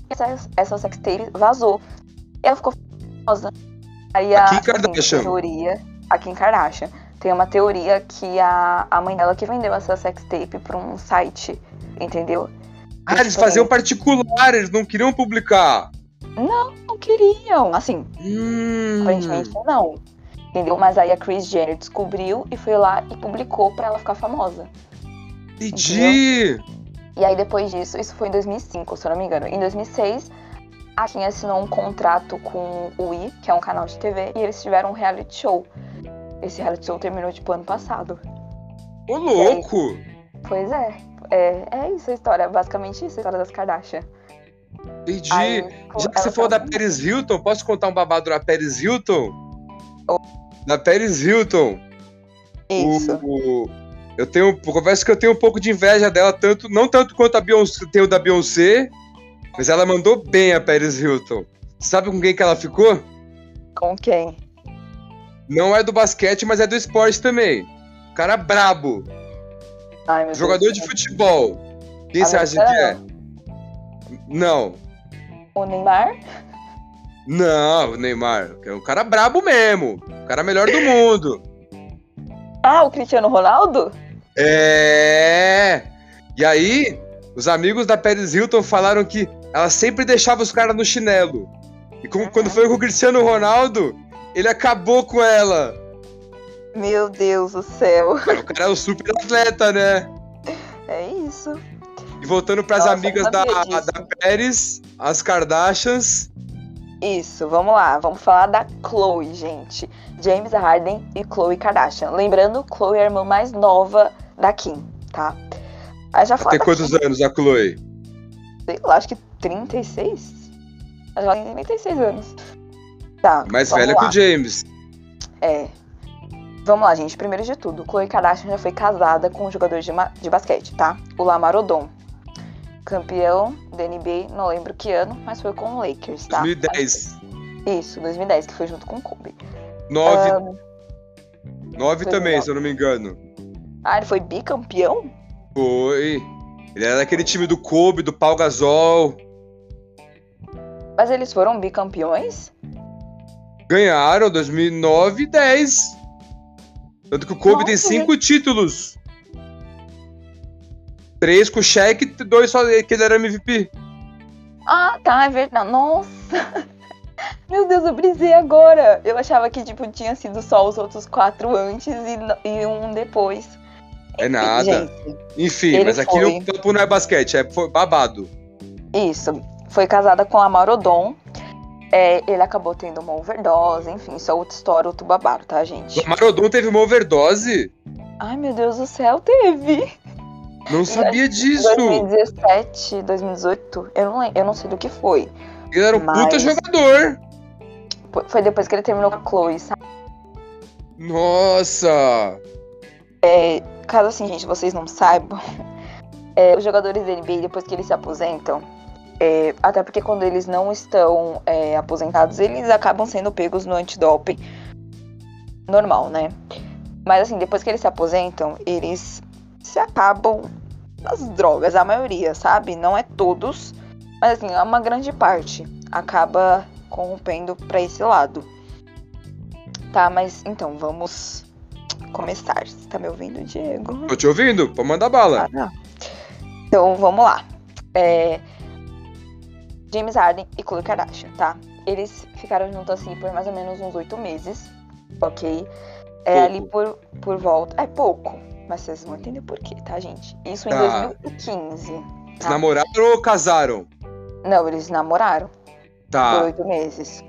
S2: Essa, essa sextape vazou. Ela ficou famosa. Aí
S1: A
S2: a,
S1: Kim Kardashian.
S2: tem uma teoria, a Kim Kardashian. Tem uma teoria que a, a mãe dela que vendeu essa sextape pra um site, entendeu?
S1: Ah, eles faziam particular, eles não queriam publicar.
S2: Não queriam. Assim,
S1: Hum.
S2: Aparentemente não. Entendeu? Mas aí a Kris Jenner descobriu e foi lá e publicou pra ela ficar famosa.
S1: Entendi.
S2: E aí depois disso, isso foi em 2005, se eu não me engano. Em 2006, a Kim assinou um contrato com o I, que é um canal de TV, e eles tiveram um reality show. Esse reality show terminou tipo ano passado.
S1: Ô, louco.
S2: Pois é. É, é isso a história, basicamente isso a história das Kardashian.
S1: Entendi.
S2: Aí,
S1: Já que
S2: ela assim.
S1: você falou da
S2: tava-
S1: Paris Hilton, posso contar um babado da Paris Hilton? Da Paris Hilton. o-
S2: Isso.
S1: o- eu tenho, confesso que eu tenho um pouco de inveja dela, tanto, não tanto quanto a Beyoncé, tenho da Beyoncé, mas ela mandou bem a Paris Hilton. Sabe com quem que ela ficou?
S2: Com quem?
S1: Não é do basquete, mas é do esporte também. Cara brabo,
S2: Ai, meu
S1: jogador de futebol. Quem você acha que é?
S2: Americano?
S1: Não.
S2: O Neymar?
S1: Não, o Neymar. É um cara brabo mesmo. O cara melhor do mundo.
S2: Ah, o Cristiano Ronaldo?
S1: É! E aí, os amigos da Paris Hilton falaram que ela sempre deixava os caras no chinelo. E como- quando foi com o Cristiano Ronaldo, ele acabou com ela.
S2: Meu Deus do céu.
S1: O cara é um super atleta, né?
S2: É isso.
S1: E voltando pras
S2: Nossa,
S1: amigas
S2: eu
S1: da,
S2: sabia disso.
S1: da Paris, as Kardashians.
S2: Isso, vamos lá. Vamos falar da Chloe, gente. James Harden e Chloe Kardashian. Lembrando, Chloe é a irmã mais nova da Kim, tá? Aí já fala
S1: Tem
S2: da
S1: quantos anos a Chloe?
S2: Kim, sei lá, acho que 36? Ela já tem 36 anos. Tá.
S1: Mais
S2: vamos
S1: velha
S2: lá.
S1: que o James.
S2: É. Vamos lá, gente. Primeiro de tudo, Chloe Kardashian já foi casada com um jogador de, ma- de basquete, tá? O Lamar Odom. Campeão da NBA, não lembro que ano, mas foi com o Lakers, tá?
S1: 2010.
S2: Isso, 2010, que foi junto com o Kobe.
S1: 9.
S2: Ah.
S1: 9 também,
S2: 2009.
S1: se eu não me engano.
S2: Ah, ele foi bicampeão?
S1: Foi. Ele era daquele time do Kobe, do Pau Gasol.
S2: Mas eles foram bicampeões?
S1: Ganharam 2009 e 10. Tanto que o Kobe
S2: Nossa, né?
S1: tem cinco títulos. Três com o Shaq e dois só que ele era MVP.
S2: Ah, tá, é verdade. Nossa! Meu Deus, eu brisei agora! Eu achava que, tipo, tinha sido só os outros quatro antes e, no- e um depois.
S1: É nada.
S2: Gente,
S1: Enfim,
S2: ele
S1: mas aqui no
S2: foi.
S1: campo não é basquete, é foi babado.
S2: isso. Foi casada com a Marodon. É, ele acabou tendo uma overdose, enfim, isso é outra história, outro babado, tá, gente?
S1: O Marodon teve uma overdose?
S2: Ai, meu Deus do céu, teve!
S1: Não
S2: é
S1: sabia disso.
S2: 2017, 2018, eu não, lem- eu não sei do que foi.
S1: Ele era um puta
S2: Mas-
S1: jogador.
S2: Foi- Foi depois que ele terminou com a Chloe, sabe?
S1: Nossa.
S2: Caso assim, gente, vocês não saibam, é, os jogadores da NBA, depois que eles se aposentam, é, até porque quando eles não estão é, aposentados, eles acabam sendo pegos no antidoping. Normal, né? Mas assim, depois que eles se aposentam, eles se acabam nas drogas, a maioria, sabe? Não é todos, mas assim, é uma grande parte acaba corrompendo pra esse lado. Tá, mas então vamos começar. Você tá me ouvindo, Diego?
S1: Tô te ouvindo, pode mandar bala.
S2: Ah, não. Então vamos lá. É, James Harden e Khloe Kardashian, tá? Eles ficaram juntos assim por mais ou menos uns oito meses, ok? É
S1: Pouco.
S2: ali por, por volta. É pouco, mas vocês vão entender por quê, tá, gente? Isso em
S1: Tá.
S2: 2015.
S1: Eles namoraram ou casaram?
S2: Não, eles namoraram por
S1: Tá,
S2: oito meses.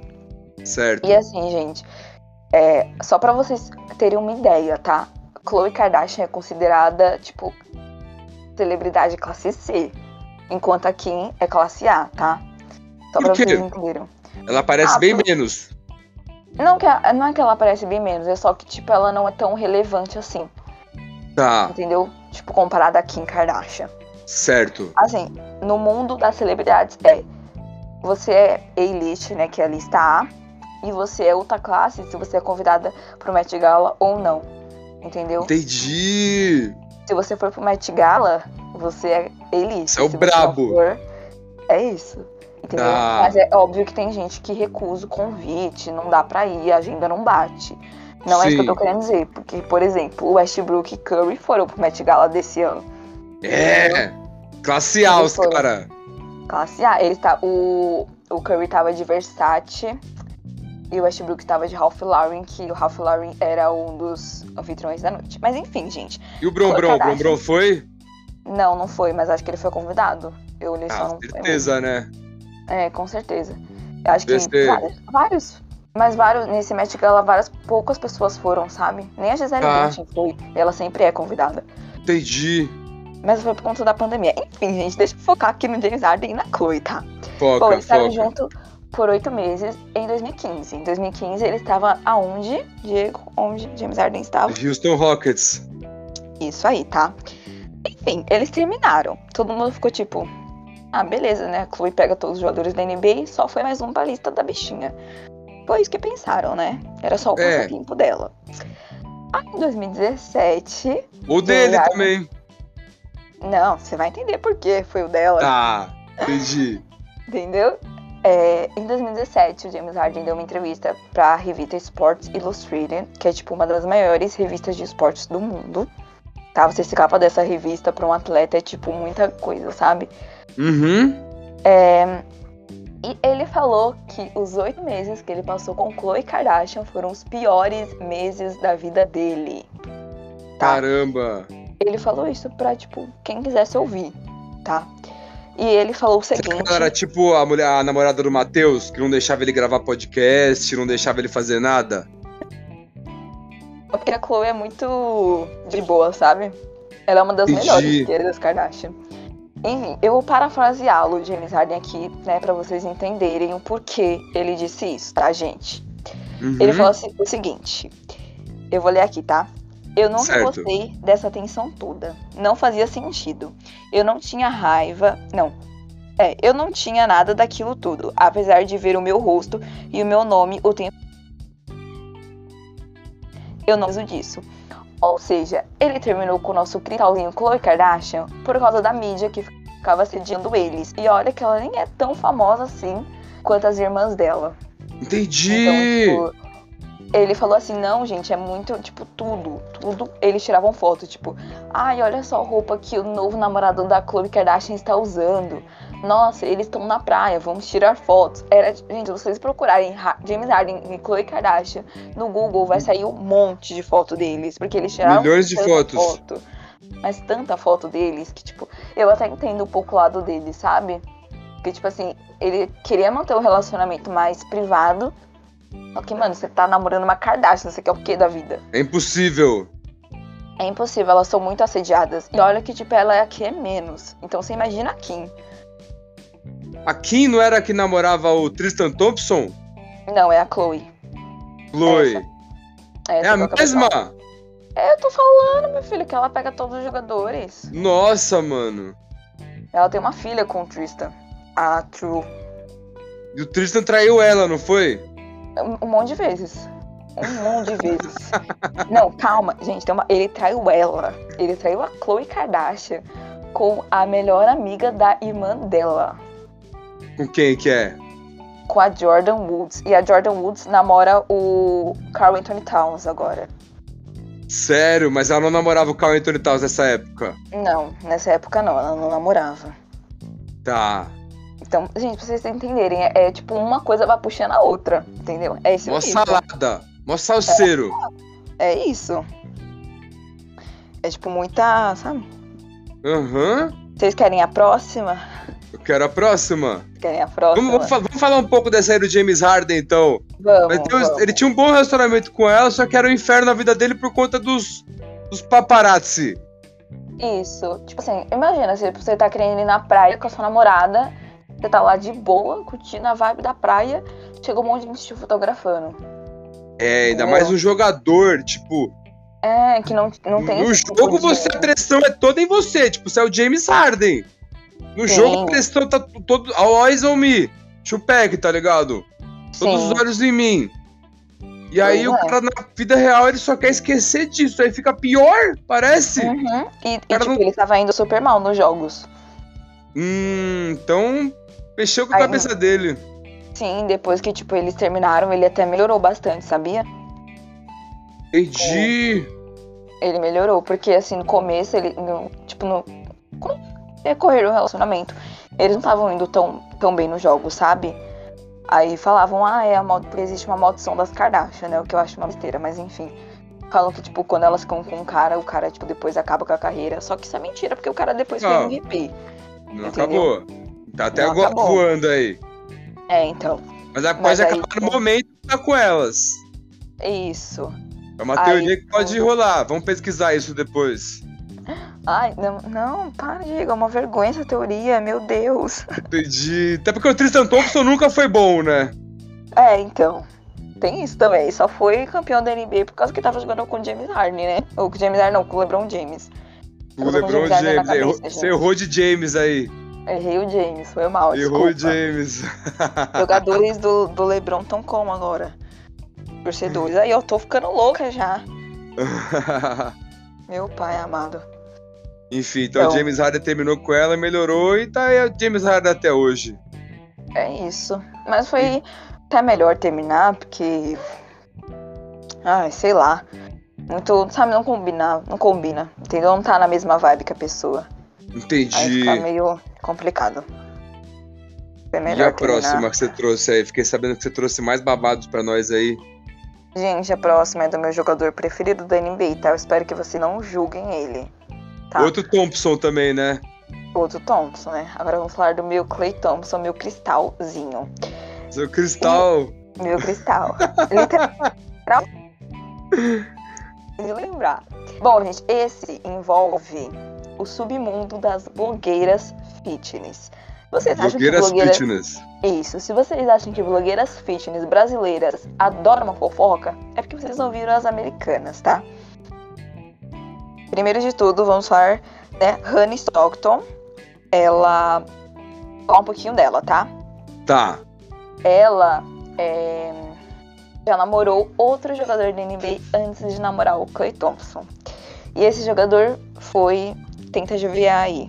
S1: certo.
S2: E assim, gente, é, só pra vocês terem uma ideia, tá? Khloe Kardashian é considerada, tipo, celebridade classe C, enquanto a Kim é classe A, tá? Só
S1: Por
S2: pra
S1: quê?
S2: vocês entenderem.
S1: Ela parece
S2: Ah,
S1: bem
S2: por-
S1: menos.
S2: Não, que a- não é que ela aparece bem menos, é só que, tipo, ela não é tão relevante assim,
S1: Tá,
S2: entendeu? Tipo, comparada a Kim Kardashian.
S1: certo.
S2: Assim, no mundo das celebridades é. Você é elite, né? Que é a lista A. E você é outra classe se você é convidada pro Met Gala ou não. Entendeu?
S1: Entendi.
S2: Se você for pro Met Gala, você é elite.
S1: Você é o
S2: se
S1: brabo.
S2: não for, é isso. Entendeu?
S1: Tá.
S2: Mas é óbvio que tem gente que recusa o convite, não dá pra ir, a agenda não bate. Não é isso que
S1: Sim.
S2: eu tô querendo dizer. Porque, por exemplo, o Westbrook e Curry foram pro Met Gala desse ano.
S1: É. Classe A, os
S2: Eles foram.
S1: cara.
S2: Classe A, ele tá. O, o Curry tava de Versace e o Westbrook tava de Ralph Lauren, que o Ralph Lauren era um dos anfitriões da noite. Mas enfim, gente.
S1: E o Brom
S2: Foi
S1: Brom? O Brom
S2: Kardashian.
S1: Brom foi?
S2: Não, não foi, mas acho que ele foi convidado. Eu olhei só um
S1: Ah,
S2: não foi
S1: certeza, né?
S2: mesmo. É, com certeza. Eu acho que
S1: Deve ser.
S2: vários, vários. Mas vários, nesse Met Gala, várias poucas pessoas foram, sabe? Nem a Gisele
S1: Tá.
S2: Bündchen foi. E ela sempre é convidada.
S1: Entendi.
S2: Mas foi por conta da pandemia. Enfim, gente, deixa eu focar aqui no James Harden e na Chloe, tá? Bom,
S1: Foca,
S2: eles estavam
S1: foca.
S2: juntos por oito meses em 2015. Em 2015, ele estava aonde, Diego? Onde James Harden estava?
S1: Houston Rockets.
S2: Isso aí, tá? Enfim, eles terminaram. Todo mundo ficou tipo, ah, beleza, né? A Chloe pega todos os jogadores da NBA e só foi mais um pra lista da bichinha. Foi isso que pensaram, né? Era só o
S1: É.
S2: passatempo dela. Aí, em 2017...
S1: Ou dele
S2: Verdade.
S1: também.
S2: Não, você vai entender por que foi o dela.
S1: Tá, entendi.
S2: Entendeu? É, em 2017, o James Harden deu uma entrevista pra revista Sports Illustrated, que é tipo uma das maiores revistas de esportes do mundo. Tá? Você se capa dessa revista pra um atleta é tipo muita coisa, sabe?
S1: Uhum.
S2: E ele falou que os oito meses que ele passou com Khloe Kardashian foram os piores meses da vida dele. Tá?
S1: Caramba.
S2: Ele falou isso pra, tipo, quem quisesse ouvir, tá? E ele falou o seguinte.
S1: Ela era tipo a mulher, a namorada do Matheus, que não deixava ele gravar podcast, não deixava ele fazer nada.
S2: Porque a Chloe é muito de boa, sabe? Ela é uma das
S1: Entendi.
S2: melhores que das Kardashian. Enfim, eu vou parafraseá-lo, James Harden, aqui, né, pra vocês entenderem o porquê ele disse isso, tá, gente?
S1: Uhum.
S2: Ele falou assim, o seguinte: eu vou ler aqui, tá? Eu nunca
S1: Certo.
S2: gostei dessa tensão toda. Não fazia sentido. Eu não tinha raiva. Não. É, eu não tinha nada daquilo tudo, apesar de ver o meu rosto e o meu nome o tempo. Eu não uso disso. Ou seja, ele terminou com o nosso cristalzinho Khloe Kardashian por causa da mídia que ficava sediando eles. E olha que ela nem é tão famosa assim quanto as irmãs dela.
S1: Entendi.
S2: Então, tipo, ele falou assim, não, gente, é muito, tipo, tudo, tudo. Eles tiravam foto, tipo, ai, olha só a roupa que o novo namorado da Khloe Kardashian está usando. Nossa, eles estão na praia, vamos tirar fotos. Era, gente, vocês procurarem Ra- James Harden e Khloe Kardashian no Google, vai sair um monte de foto deles, porque eles tiraram
S1: Milhões de
S2: tanta
S1: fotos.
S2: foto, mas tanta foto deles que, tipo, eu até entendo um pouco o lado dele, sabe? Porque, tipo assim, ele queria manter um relacionamento mais privado. Só que, mano, você tá namorando uma Kardashian, você quer o quê da vida?
S1: É impossível.
S2: É impossível, elas são muito assediadas. E olha que, tipo, ela é a que é menos. Então você imagina a Kim.
S1: A Kim não era a que namorava o Tristan Thompson?
S2: Não, é a Chloe.
S1: Chloe.
S2: Essa.
S1: É
S2: essa
S1: a
S2: que eu acabei de
S1: mesma?
S2: falar. É, eu tô falando, meu filho, que ela pega todos os jogadores.
S1: Nossa, mano.
S2: Ela tem uma filha com o Tristan. A True.
S1: E o Tristan traiu ela, não foi?
S2: Um- Um monte de vezes. Um monte de vezes. Não, calma, gente. Tem uma... Ele traiu ela. Ele traiu a Chloe Kardashian com a melhor amiga da irmã dela.
S1: Com quem que é?
S2: com a Jordan Woods. E a Jordan Woods namora o Carl Anthony Towns agora.
S1: Sério, mas ela não namorava o Carl Anthony Towns nessa época.
S2: Não, nessa época não, ela não namorava.
S1: Tá.
S2: Então, gente, pra vocês entenderem, é, é tipo uma coisa vai puxando a outra, entendeu? É isso
S1: Mó salada. Mó salseiro.
S2: É isso. É tipo muita, sabe?
S1: Aham.
S2: Vocês querem a próxima?
S1: Eu quero a próxima.
S2: Vocês querem a próxima?
S1: Vamos, vamos fa- vamos falar um pouco dessa era do James Harden, então.
S2: Vamos,
S1: Mas tem um-
S2: vamos.
S1: ele tinha um bom relacionamento com ela, só que era um inferno na vida dele por conta dos, dos paparazzi.
S2: Isso. Tipo assim, imagina, se você tá querendo ir na praia com a sua namorada, você tá lá de boa, curtindo a vibe da praia, chegou um monte de gente te fotografando.
S1: É, ainda
S2: É.
S1: mais um jogador, tipo,
S2: É, que não, não tem.
S1: no
S2: esse tipo
S1: jogo
S2: de-
S1: você a pressão é toda em você, tipo, você é o James Harden. No
S2: Sim.
S1: jogo a pressão tá t- todo all eyes on me. Chupec, tá ligado? Todos
S2: Sim.
S1: os olhos em mim. E aí
S2: Pois
S1: o
S2: é.
S1: cara na vida real ele só quer esquecer disso, aí fica pior, parece.
S2: Uhum. E, e,
S1: cara
S2: tipo,
S1: não-
S2: ele tava indo super mal nos jogos.
S1: Hum, então mexeu com a
S2: Aí-
S1: cabeça dele.
S2: Sim, depois que, tipo, eles terminaram, ele até melhorou bastante, sabia? É.
S1: Entendi.
S2: Ele melhorou, porque assim, no começo, ele. no- tipo, no. Como decorrer o relacionamento, eles não estavam indo tão, tão bem no jogo, sabe? Aí falavam, ah, é a maldi- porque existe uma maldição das Kardashian, né? O que eu acho uma besteira, mas enfim. Falam que, tipo, quando elas ficam com um cara, o cara, tipo, depois acaba com a carreira. Só que isso é mentira, porque o cara depois foi
S1: Ah.
S2: MVP.
S1: Não
S2: Entendeu?
S1: acabou. Tá até
S2: Não
S1: agora
S2: acabou.
S1: voando aí.
S2: É, então.
S1: Mas ela
S2: Mas
S1: pode
S2: aí-
S1: acabar no momento que tá com elas.
S2: É isso.
S1: É uma
S2: Aí,
S1: teoria que pode
S2: então.
S1: rolar. Vamos pesquisar isso depois.
S2: Ai, não, não, para, Diego, é uma vergonha essa teoria, meu Deus.
S1: Entendi. Até porque o Tristan Thompson nunca foi bom, né?
S2: É, então. Tem isso também. Só foi campeão da NBA por causa que tava jogando com o James Harden, né? Ou com o James Harden, não, com o LeBron James.
S1: O
S2: Eu tô com
S1: LeBron
S2: o James Harden na
S1: James.
S2: cabeça,
S1: errou-
S2: gente.
S1: você errou de James aí.
S2: Errei o James, foi mal.
S1: errou de
S2: desculpa.
S1: James.
S2: Jogadores do, do LeBron tão como agora? Torcedores. Aí eu tô ficando louca já. Meu pai amado.
S1: Enfim, então,
S2: Então.
S1: James Harden terminou com ela, melhorou e tá aí o James Harden até hoje.
S2: É isso. Mas foi até melhor terminar, porque. Ai, sei lá. Muito, sabe, não combina, não combina, entendeu? Não tá na mesma vibe que a pessoa. Aí
S1: Entendi.
S2: fica meio complicado. Foi
S1: E
S2: melhor né?
S1: a
S2: terminar.
S1: próxima que você trouxe aí? Fiquei sabendo que você trouxe mais babados pra nós aí.
S2: Gente, a próxima é do meu jogador preferido da NBA, tá? Eu espero que vocês não julguem ele. Tá? Outro,
S1: Outro Thompson também, né?
S2: Thompson, né? Agora vamos falar do meu Clay Thompson, meu cristalzinho.
S1: Seu Cristal.
S2: Meu cristal. Literal. De lembrar. Bom, gente, esse envolve o submundo das blogueiras fitness. Vocês acham que
S1: Blogueiras
S2: blogueiras
S1: Fitness.
S2: Isso, se vocês acham que blogueiras fitness brasileiras adoram uma fofoca, é porque vocês não viram as americanas, tá? Primeiro de tudo, vamos falar, né, Hannah Stockton. Ela. Falar um pouquinho dela, tá?
S1: Tá.
S2: Ela é, já namorou outro jogador da NBA antes de namorar o Clay Thompson. E esse jogador foi. Tenta adivinhar aí.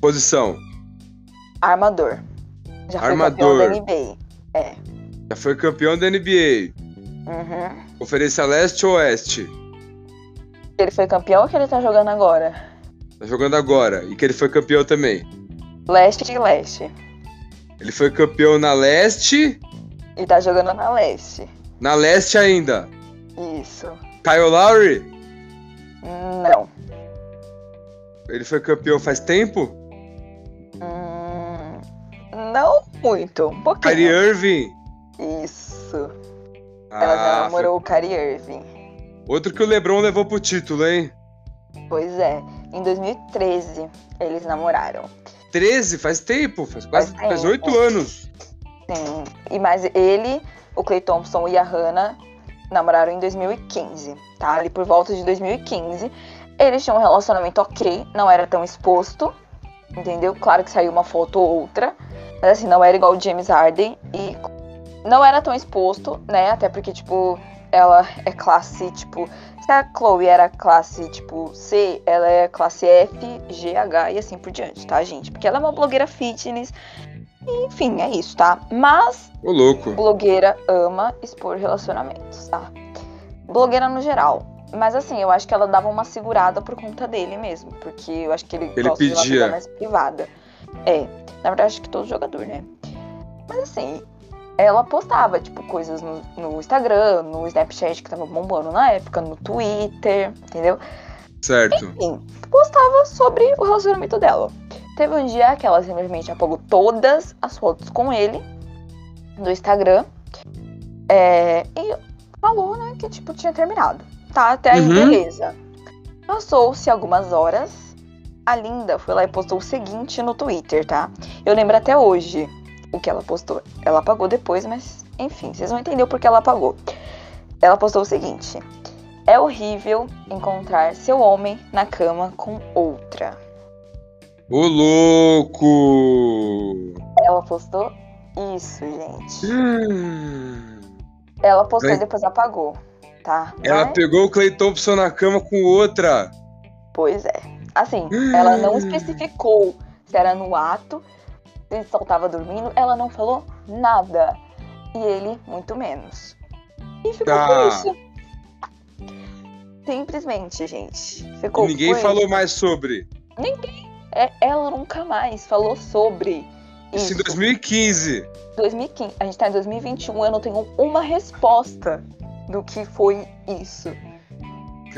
S1: Posição.
S2: Armador. Já foi
S1: Armador.
S2: campeão da NBA.
S1: Já foi campeão da NBA.
S2: Uhum.
S1: Conferência Leste ou Oeste?
S2: Ele foi campeão ou que ele tá jogando agora?
S1: Tá jogando agora. E que ele foi campeão também.
S2: Leste e leste.
S1: Ele foi campeão na Leste.
S2: E tá jogando na leste.
S1: Na Leste ainda.
S2: Isso.
S1: Kyle Lowry.
S2: Não.
S1: Ele foi campeão faz tempo?
S2: Hum, não muito. Um pouquinho.
S1: Kyrie Irving.
S2: Isso. Ela
S1: Ah,
S2: já namorou um o Kyrie Irving.
S1: foi- Outro que o LeBron levou pro título, hein?
S2: Pois é. Em 2013, eles namoraram.
S1: 13, faz tempo. Faz quase
S2: Faz tempo.
S1: faz 8 anos.
S2: Sim. E mais ele, o Clay Thompson e a Hannah namoraram em 2015, tá? Ali por volta de 2015. Eles tinham um relacionamento ok, não era tão exposto, entendeu? Claro que saiu uma foto ou outra, mas assim, não era igual o James Harden e não era tão exposto, né? Até porque, tipo, ela é classe, tipo. Se a Chloe era classe, tipo, C, ela é classe F, G, H e assim por diante, tá, gente? Porque ela é uma blogueira fitness, Enfim, é isso, tá? Mas
S1: Ô, louco.
S2: blogueira ama expor relacionamentos, tá? Blogueira no geral. Mas assim, eu acho que ela dava uma segurada por conta dele mesmo. Porque eu acho que ele,
S1: Ele
S2: gosta de uma
S1: pedia.
S2: vida mais privada. É. Na verdade, acho que todo jogador, né? Mas assim, ela postava, tipo, coisas no, no Instagram, no Snapchat que tava bombando na época, no Twitter, entendeu?
S1: Certo.
S2: enfim, postava sobre o relacionamento dela. Teve um dia que ela simplesmente apagou todas as fotos com ele do Instagram é, e falou, né, que tipo tinha terminado. Tá, até aí,
S1: Uhum.
S2: beleza. Passou-se algumas horas. A Linda foi lá e postou o seguinte no Twitter, tá? Eu lembro até hoje o que ela postou. Ela apagou depois, mas enfim, vocês vão entender o porquê ela apagou. Ela postou o seguinte: É horrível encontrar seu homem na cama com outra.
S1: Ô, louco.
S2: Ela postou isso, gente.
S1: Hum.
S2: Ela postou e
S1: Mas-
S2: depois apagou, tá?
S1: Ela
S2: Mas,
S1: pegou o Clay Thompson na cama com outra.
S2: Pois é. Assim, ela
S1: Ah.
S2: não especificou se era no ato, se só tava dormindo, ela não falou nada. E ele, muito menos. E ficou
S1: Tá.
S2: por isso. Simplesmente, gente. Ficou
S1: E ninguém
S2: por
S1: falou
S2: isso.
S1: mais sobre.
S2: É, ela nunca mais falou sobre
S1: Isso em
S2: isso.
S1: 2015.
S2: 2015. A gente tá em 2021, eu não tenho uma resposta do que foi isso. Assim,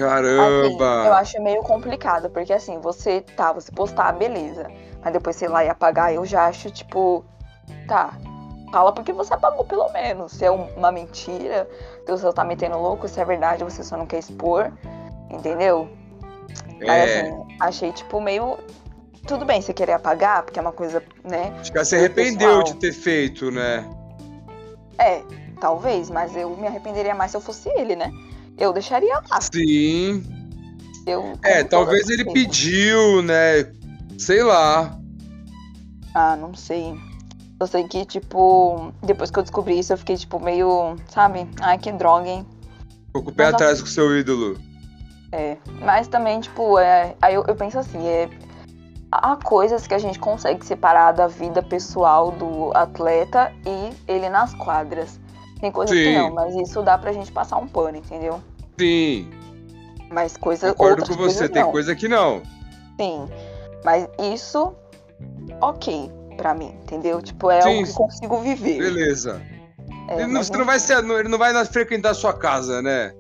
S2: eu
S1: Caramba.
S2: acho meio complicado, porque assim, você tá, você postar, beleza. Mas depois, sei lá, e apagar, eu já acho, tipo, tá. Fala porque você apagou, pelo menos. Se é um- uma mentira, se você tá metendo louco, se é verdade, você só não quer expor. Entendeu? Aí,
S1: é,
S2: assim, achei, tipo, meio. Tudo bem você querer apagar, porque é uma coisa, né?
S1: acho que ela se arrependeu
S2: pessoal.
S1: de ter feito, né?
S2: É, talvez, mas eu me arrependeria mais se eu fosse ele, né? Eu deixaria lá.
S1: Sim.
S2: Eu,
S1: É,
S2: como
S1: talvez
S2: todas,
S1: ele
S2: assim.
S1: pediu, né? Sei lá.
S2: Ah, não sei. Eu sei que, tipo, depois que eu descobri isso, eu fiquei, tipo, meio, sabe? Ai, que droga, hein?
S1: Ficou com o pé
S2: Mas assim a-
S1: atrás com o seu ídolo.
S2: É. Mas também, tipo, é. Aí eu, eu penso assim, é. Há coisas que a gente consegue separar da vida pessoal do atleta e ele nas quadras. Tem coisas que
S1: Sim.
S2: não, mas isso dá pra gente passar um pano, entendeu?
S1: Sim.
S2: Mas coisas.
S1: Concordo
S2: outras
S1: com você.
S2: coisas
S1: Tem
S2: não.
S1: coisa que não.
S2: Sim. Mas isso, ok, pra mim, entendeu? Tipo, é
S1: Sim.
S2: o que eu consigo viver.
S1: Beleza.
S2: É,
S1: Ele não,
S2: mas
S1: você não vai ser, não- ele não vai frequentar sua casa, né?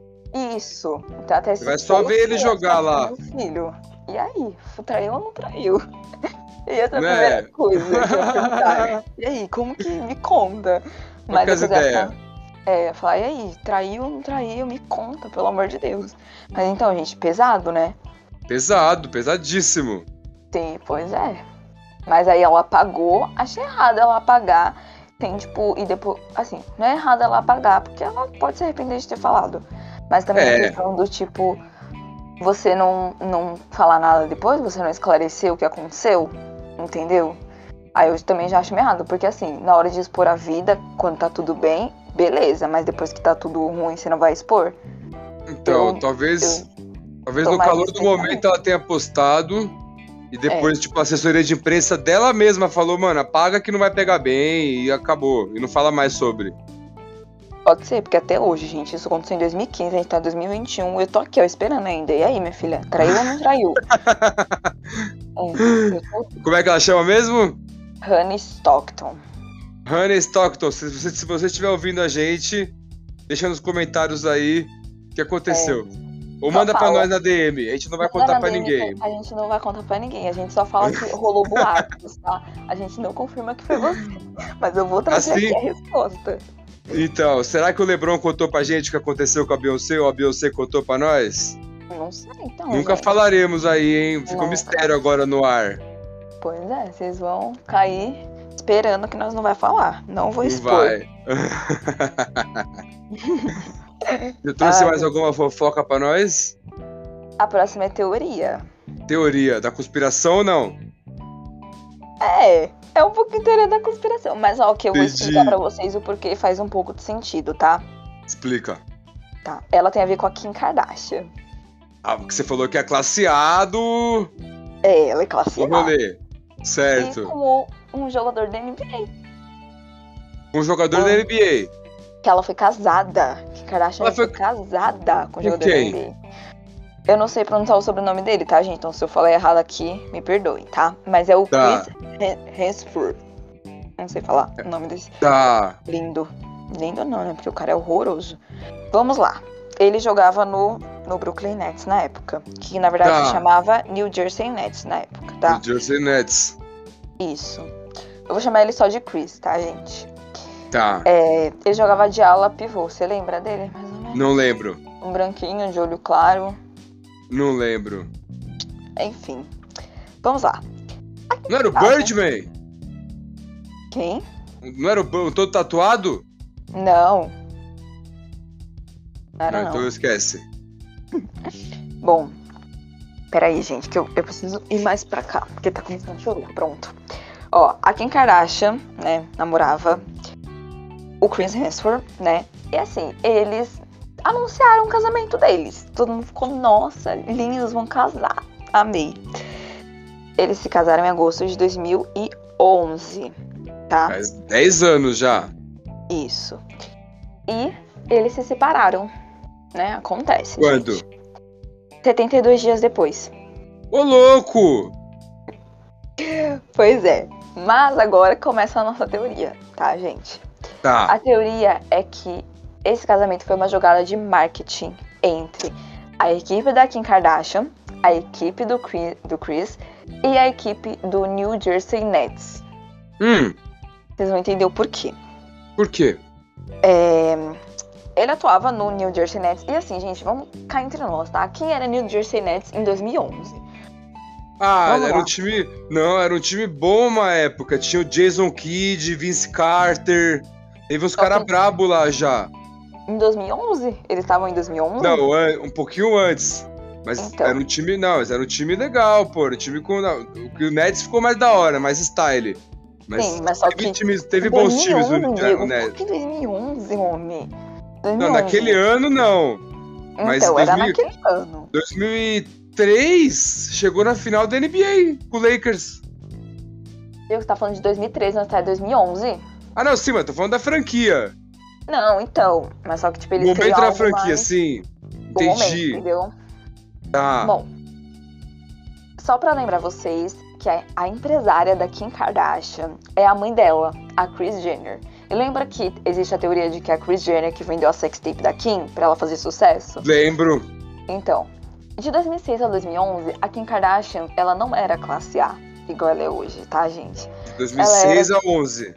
S2: Isso. Então, até se
S1: Vai só
S2: for,
S1: ver ele
S2: sim,
S1: jogar
S2: só
S1: lá.
S2: ver Meu filho. E aí? Traiu ou não traiu? E essa é a
S1: Né?
S2: primeira coisa que eu ia perguntar. E aí, como que me conta?
S1: Poucas
S2: depois eu ia
S1: ideias.
S2: falar- É, falar, e aí, traiu ou não traiu? Me conta, pelo amor de Deus. Mas então, gente, pesado, né?
S1: Pesado, pesadíssimo.
S2: Sim, pois é. Mas aí ela apagou, achei errado ela apagar. Tem, tipo, e depois. Assim, não é errado ela apagar, porque ela pode se arrepender de ter falado. Mas também
S1: É.
S2: a questão do tipo, você não, não falar nada depois, você não esclarecer o que aconteceu, entendeu? Aí eu também já acho meio errado, porque assim, na hora de expor a vida, quando tá tudo bem, beleza, mas depois que tá tudo ruim, você não vai expor?
S1: Então,
S2: Eu-
S1: talvez.
S2: eu
S1: talvez
S2: tô
S1: no
S2: mais
S1: calor do
S2: respeitando. É.
S1: momento ela tenha postado. E depois, tipo, a assessoria de imprensa dela mesma falou, mano, apaga que não vai pegar bem e acabou. E não fala mais sobre.
S2: Pode ser, porque até hoje, gente, isso aconteceu em 2015, a gente tá em 2021, eu tô aqui, ó, esperando ainda. E aí, minha filha, traiu ou não traiu? é, eu sou
S1: Como é que ela chama mesmo?
S2: Honey Stockton.
S1: Hannah Stockton, se você, se você estiver ouvindo a gente, deixa nos comentários aí o que aconteceu. Ou
S2: Só
S1: manda pra
S2: fala.
S1: nós na DM, a gente não vai contar pra ninguém.
S2: A gente não vai contar pra ninguém, a gente só fala que rolou boatos, tá? A gente não confirma que foi você, mas eu vou trazer
S1: Assim?
S2: aqui a resposta.
S1: Então, será que o Lebron contou pra gente o que aconteceu com a Beyoncé ou a Beyoncé contou pra nós?
S2: Não sei, então.
S1: Nunca
S2: gente.
S1: falaremos aí, hein? Fica um
S2: Não. tá.
S1: mistério agora no ar.
S2: Pois é, vocês vão cair esperando que nós não vai falar. Não vou
S1: Não
S2: expor.
S1: vai. Eu trouxe
S2: Ai.
S1: mais alguma fofoca pra nós?
S2: A próxima é teoria.
S1: Teoria da conspiração ou não?
S2: É, é um pouco teoria da conspiração, mas ó, que eu vou
S1: Entendi.
S2: explicar pra vocês o porquê faz um pouco de sentido, tá?
S1: Explica.
S2: Tá. Ela tem a ver com a Kim Kardashian.
S1: Ah, porque você falou que é classeado.
S2: É, ela
S1: Vou
S2: é classe A.
S1: rolê.
S2: E
S1: Certo.
S2: como um jogador da NBA.
S1: um jogador
S2: Ah.
S1: da NBA.
S2: Que ela foi casada. Que Kardashian
S1: Ela
S2: foi...
S1: foi-
S2: casada com
S1: Com
S2: o jogador
S1: quem?
S2: da NBA. Eu não sei pronunciar o sobrenome dele, tá, gente? Então se eu falar errado aqui, me perdoe, tá? Mas é o
S1: Tá. É.
S2: Chris He- Hemsworth. Não sei falar o nome desse
S1: Tá.
S2: lindo. Lindo não, né? Porque o cara é horroroso. Vamos lá. Ele jogava no, no Brooklyn Nets na época. Que na verdade
S1: Tá.
S2: se chamava New Jersey Nets na época, tá?
S1: O Jersey Nets.
S2: Isso. Eu vou chamar ele só de Chris, tá, gente?
S1: Tá.
S2: É, ele jogava de ala pivô. Você lembra dele? Mais ou menos.
S1: Não lembro.
S2: Um branquinho, de olho claro.
S1: Não lembro.
S2: Enfim. Vamos lá.
S1: Não era o
S2: Tá.
S1: Birdman?
S2: Quem?
S1: Não era o Bu- todo tatuado?
S2: Não. Não era
S1: não,
S2: não.
S1: então esquece.
S2: Bom, peraí, gente, que eu, eu preciso ir mais pra cá, porque tá começando a chover. Pronto. Ó, a Kim Kardashian, né, namorava o Chris Hemsworth, né? E assim, eles anunciaram o casamento deles. Todo mundo ficou, nossa, lindos, vão casar. Amei. Eles se casaram em agosto de 2011, tá?
S1: Faz 10 anos já.
S2: Isso. E eles se separaram, né? Acontece.
S1: Quando?
S2: gente. 72 dias depois.
S1: Ô, louco!
S2: Pois é. Mas agora começa a nossa teoria, tá, gente?
S1: Tá.
S2: A teoria é que esse casamento foi uma jogada de marketing entre a equipe da Kim Kardashian, a equipe do Chris, do Chris e a equipe do New Jersey Nets.
S1: Hum,
S2: Vocês vão entender o porquê.
S1: por quê?
S2: É, Ele atuava no New Jersey Nets. E assim, gente, vamos cá entre nós, tá? Quem era New Jersey Nets em 2011?
S1: Ah,
S2: Vamos
S1: era
S2: lá.
S1: um time. Não, era um time bom uma época. Tinha o Jason Kidd, Vince Carter. Teve uns
S2: Só
S1: caras
S2: que-
S1: brabo lá já.
S2: Em 2011? Eles estavam em 2011?
S1: Não, an- um pouquinho antes. Mas
S2: Então.
S1: era um time. Não, mas era um time legal, pô. Era um time com. não, o que o Nets ficou mais da hora, mais style. Mas
S2: Sim, mas só
S1: teve,
S2: que
S1: times- teve bons times o,
S2: Diego.
S1: o
S2: Por
S1: Nets.
S2: que 2011, homem? 2011.
S1: Não, naquele ano não.
S2: Então,
S1: mas
S2: era
S1: 2000
S2: naquele ano.
S1: 2003 chegou na final da NBA com o Lakers.
S2: Diego, você tá falando de 2013, nós tá em 2011?
S1: Ah, não, sim, mas tô falando da franquia.
S2: Não, então. Mas só que, tipo,
S1: O
S2: eles
S1: momento
S2: queriam
S1: da
S2: algo
S1: franquia,
S2: mais-
S1: sim.
S2: o momento,
S1: Entendi.
S2: entendeu?
S1: Tá.
S2: Bom, só pra lembrar vocês que a, a empresária da Kim Kardashian é a mãe dela, a Kris Jenner. E lembra que existe a teoria de que a Kris Jenner que vendeu a sextape da Kim pra ela fazer sucesso?
S1: Lembro.
S2: Então, de 2006 a 2011, a Kim Kardashian, ela não era classe A, igual ela é hoje, tá, gente?
S1: De 2006 a 11.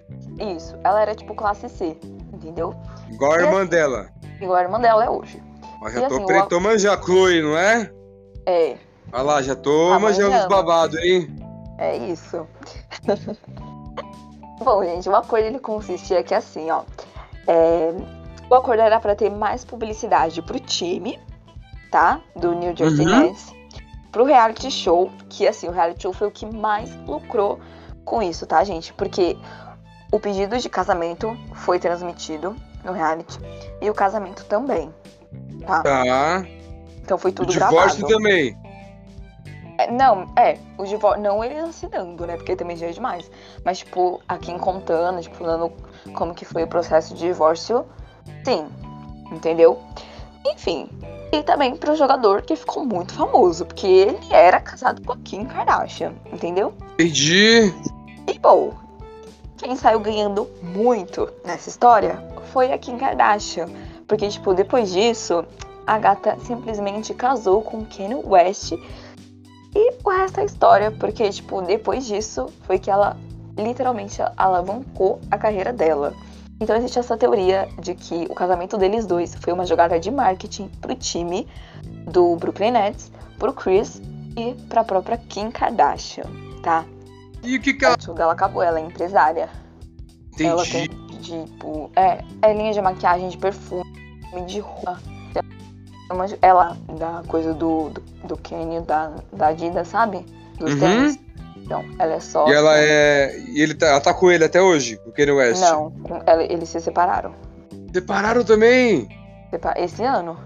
S2: Isso, ela era tipo classe C, entendeu?
S1: Igual a
S2: E
S1: irmã dela.
S2: Igual a irmã dela é hoje.
S1: Ó,
S2: e
S1: já tô
S2: assim, o-
S1: pretoma já, Chloe, não é?
S2: É,
S1: Olha lá, já tô
S2: Ah, mas
S1: manjando os
S2: ama.
S1: babados, hein?
S2: é isso. Bom, gente, o acordo ele consistia que assim, ó. é, o acordo era pra ter mais publicidade pro time, tá? Do New Jersey
S1: Uhum.
S2: Nets. Pro reality show, que assim, o reality show foi o que mais lucrou com isso, tá, gente? Porque o pedido de casamento foi transmitido no reality e o casamento também. Tá?
S1: Tá.
S2: Então foi
S1: O
S2: tudo
S1: divórcio
S2: gravado.
S1: também.
S2: É, não, é, o divórcio. Não eles assinando, né? Porque também já é demais. Mas, tipo, a Kim contando, tipo, dando como que foi o processo de divórcio. Sim, entendeu? Enfim. E também pro jogador que ficou muito famoso, porque ele era casado com a Kim Kardashian, entendeu?
S1: Entendi.
S2: E bom, quem saiu ganhando muito nessa história foi a Kim Kardashian. Porque, tipo, depois disso, a gata simplesmente casou com Kanye West. E o resto é história, porque, tipo, depois disso foi que ela literalmente alavancou a carreira dela. Então existe essa teoria de que o casamento deles dois foi uma jogada de marketing pro time do Brooklyn Nets, pro Chris e pra própria Kim Kardashian, tá?
S1: E o que que
S2: A
S1: ela...
S2: Tilda, ela acabou, ela é empresária. Ela tem,
S1: Entendi.
S2: tipo, é, é linha de maquiagem, de perfume, de roupa. Uma- Ela, da coisa do, do, do Kenny, da, da Adidas, sabe? Dos
S1: Uhum.
S2: tênis. Então, ela é só.
S1: E ela é... E ele tá... ela tá com ele até hoje, o Kanye West.
S2: Não, ela- eles se separaram.
S1: Separaram também.
S2: Sepa- Esse ano.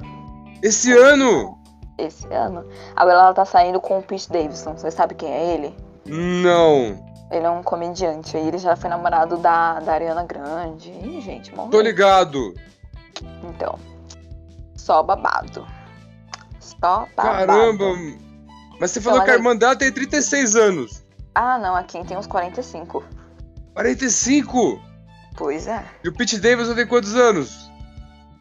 S1: Esse ano.
S2: Esse ano. Agora ela tá saindo com o Pete Davidson. Você sabe quem é ele?
S1: Não.
S2: Ele é um comediante. aí Ele já foi namorado da, da Ariana Grande. Ih, gente, morreu.
S1: Tô ligado.
S2: Então. Só babado. Só babado.
S1: Caramba. Mas você falou
S2: Então,
S1: que a
S2: olha-
S1: irmã dela tem 36 anos.
S2: Ah, não, aqui tem uns 45.
S1: 45!
S2: Pois é.
S1: E o Pete Davidson tem quantos anos?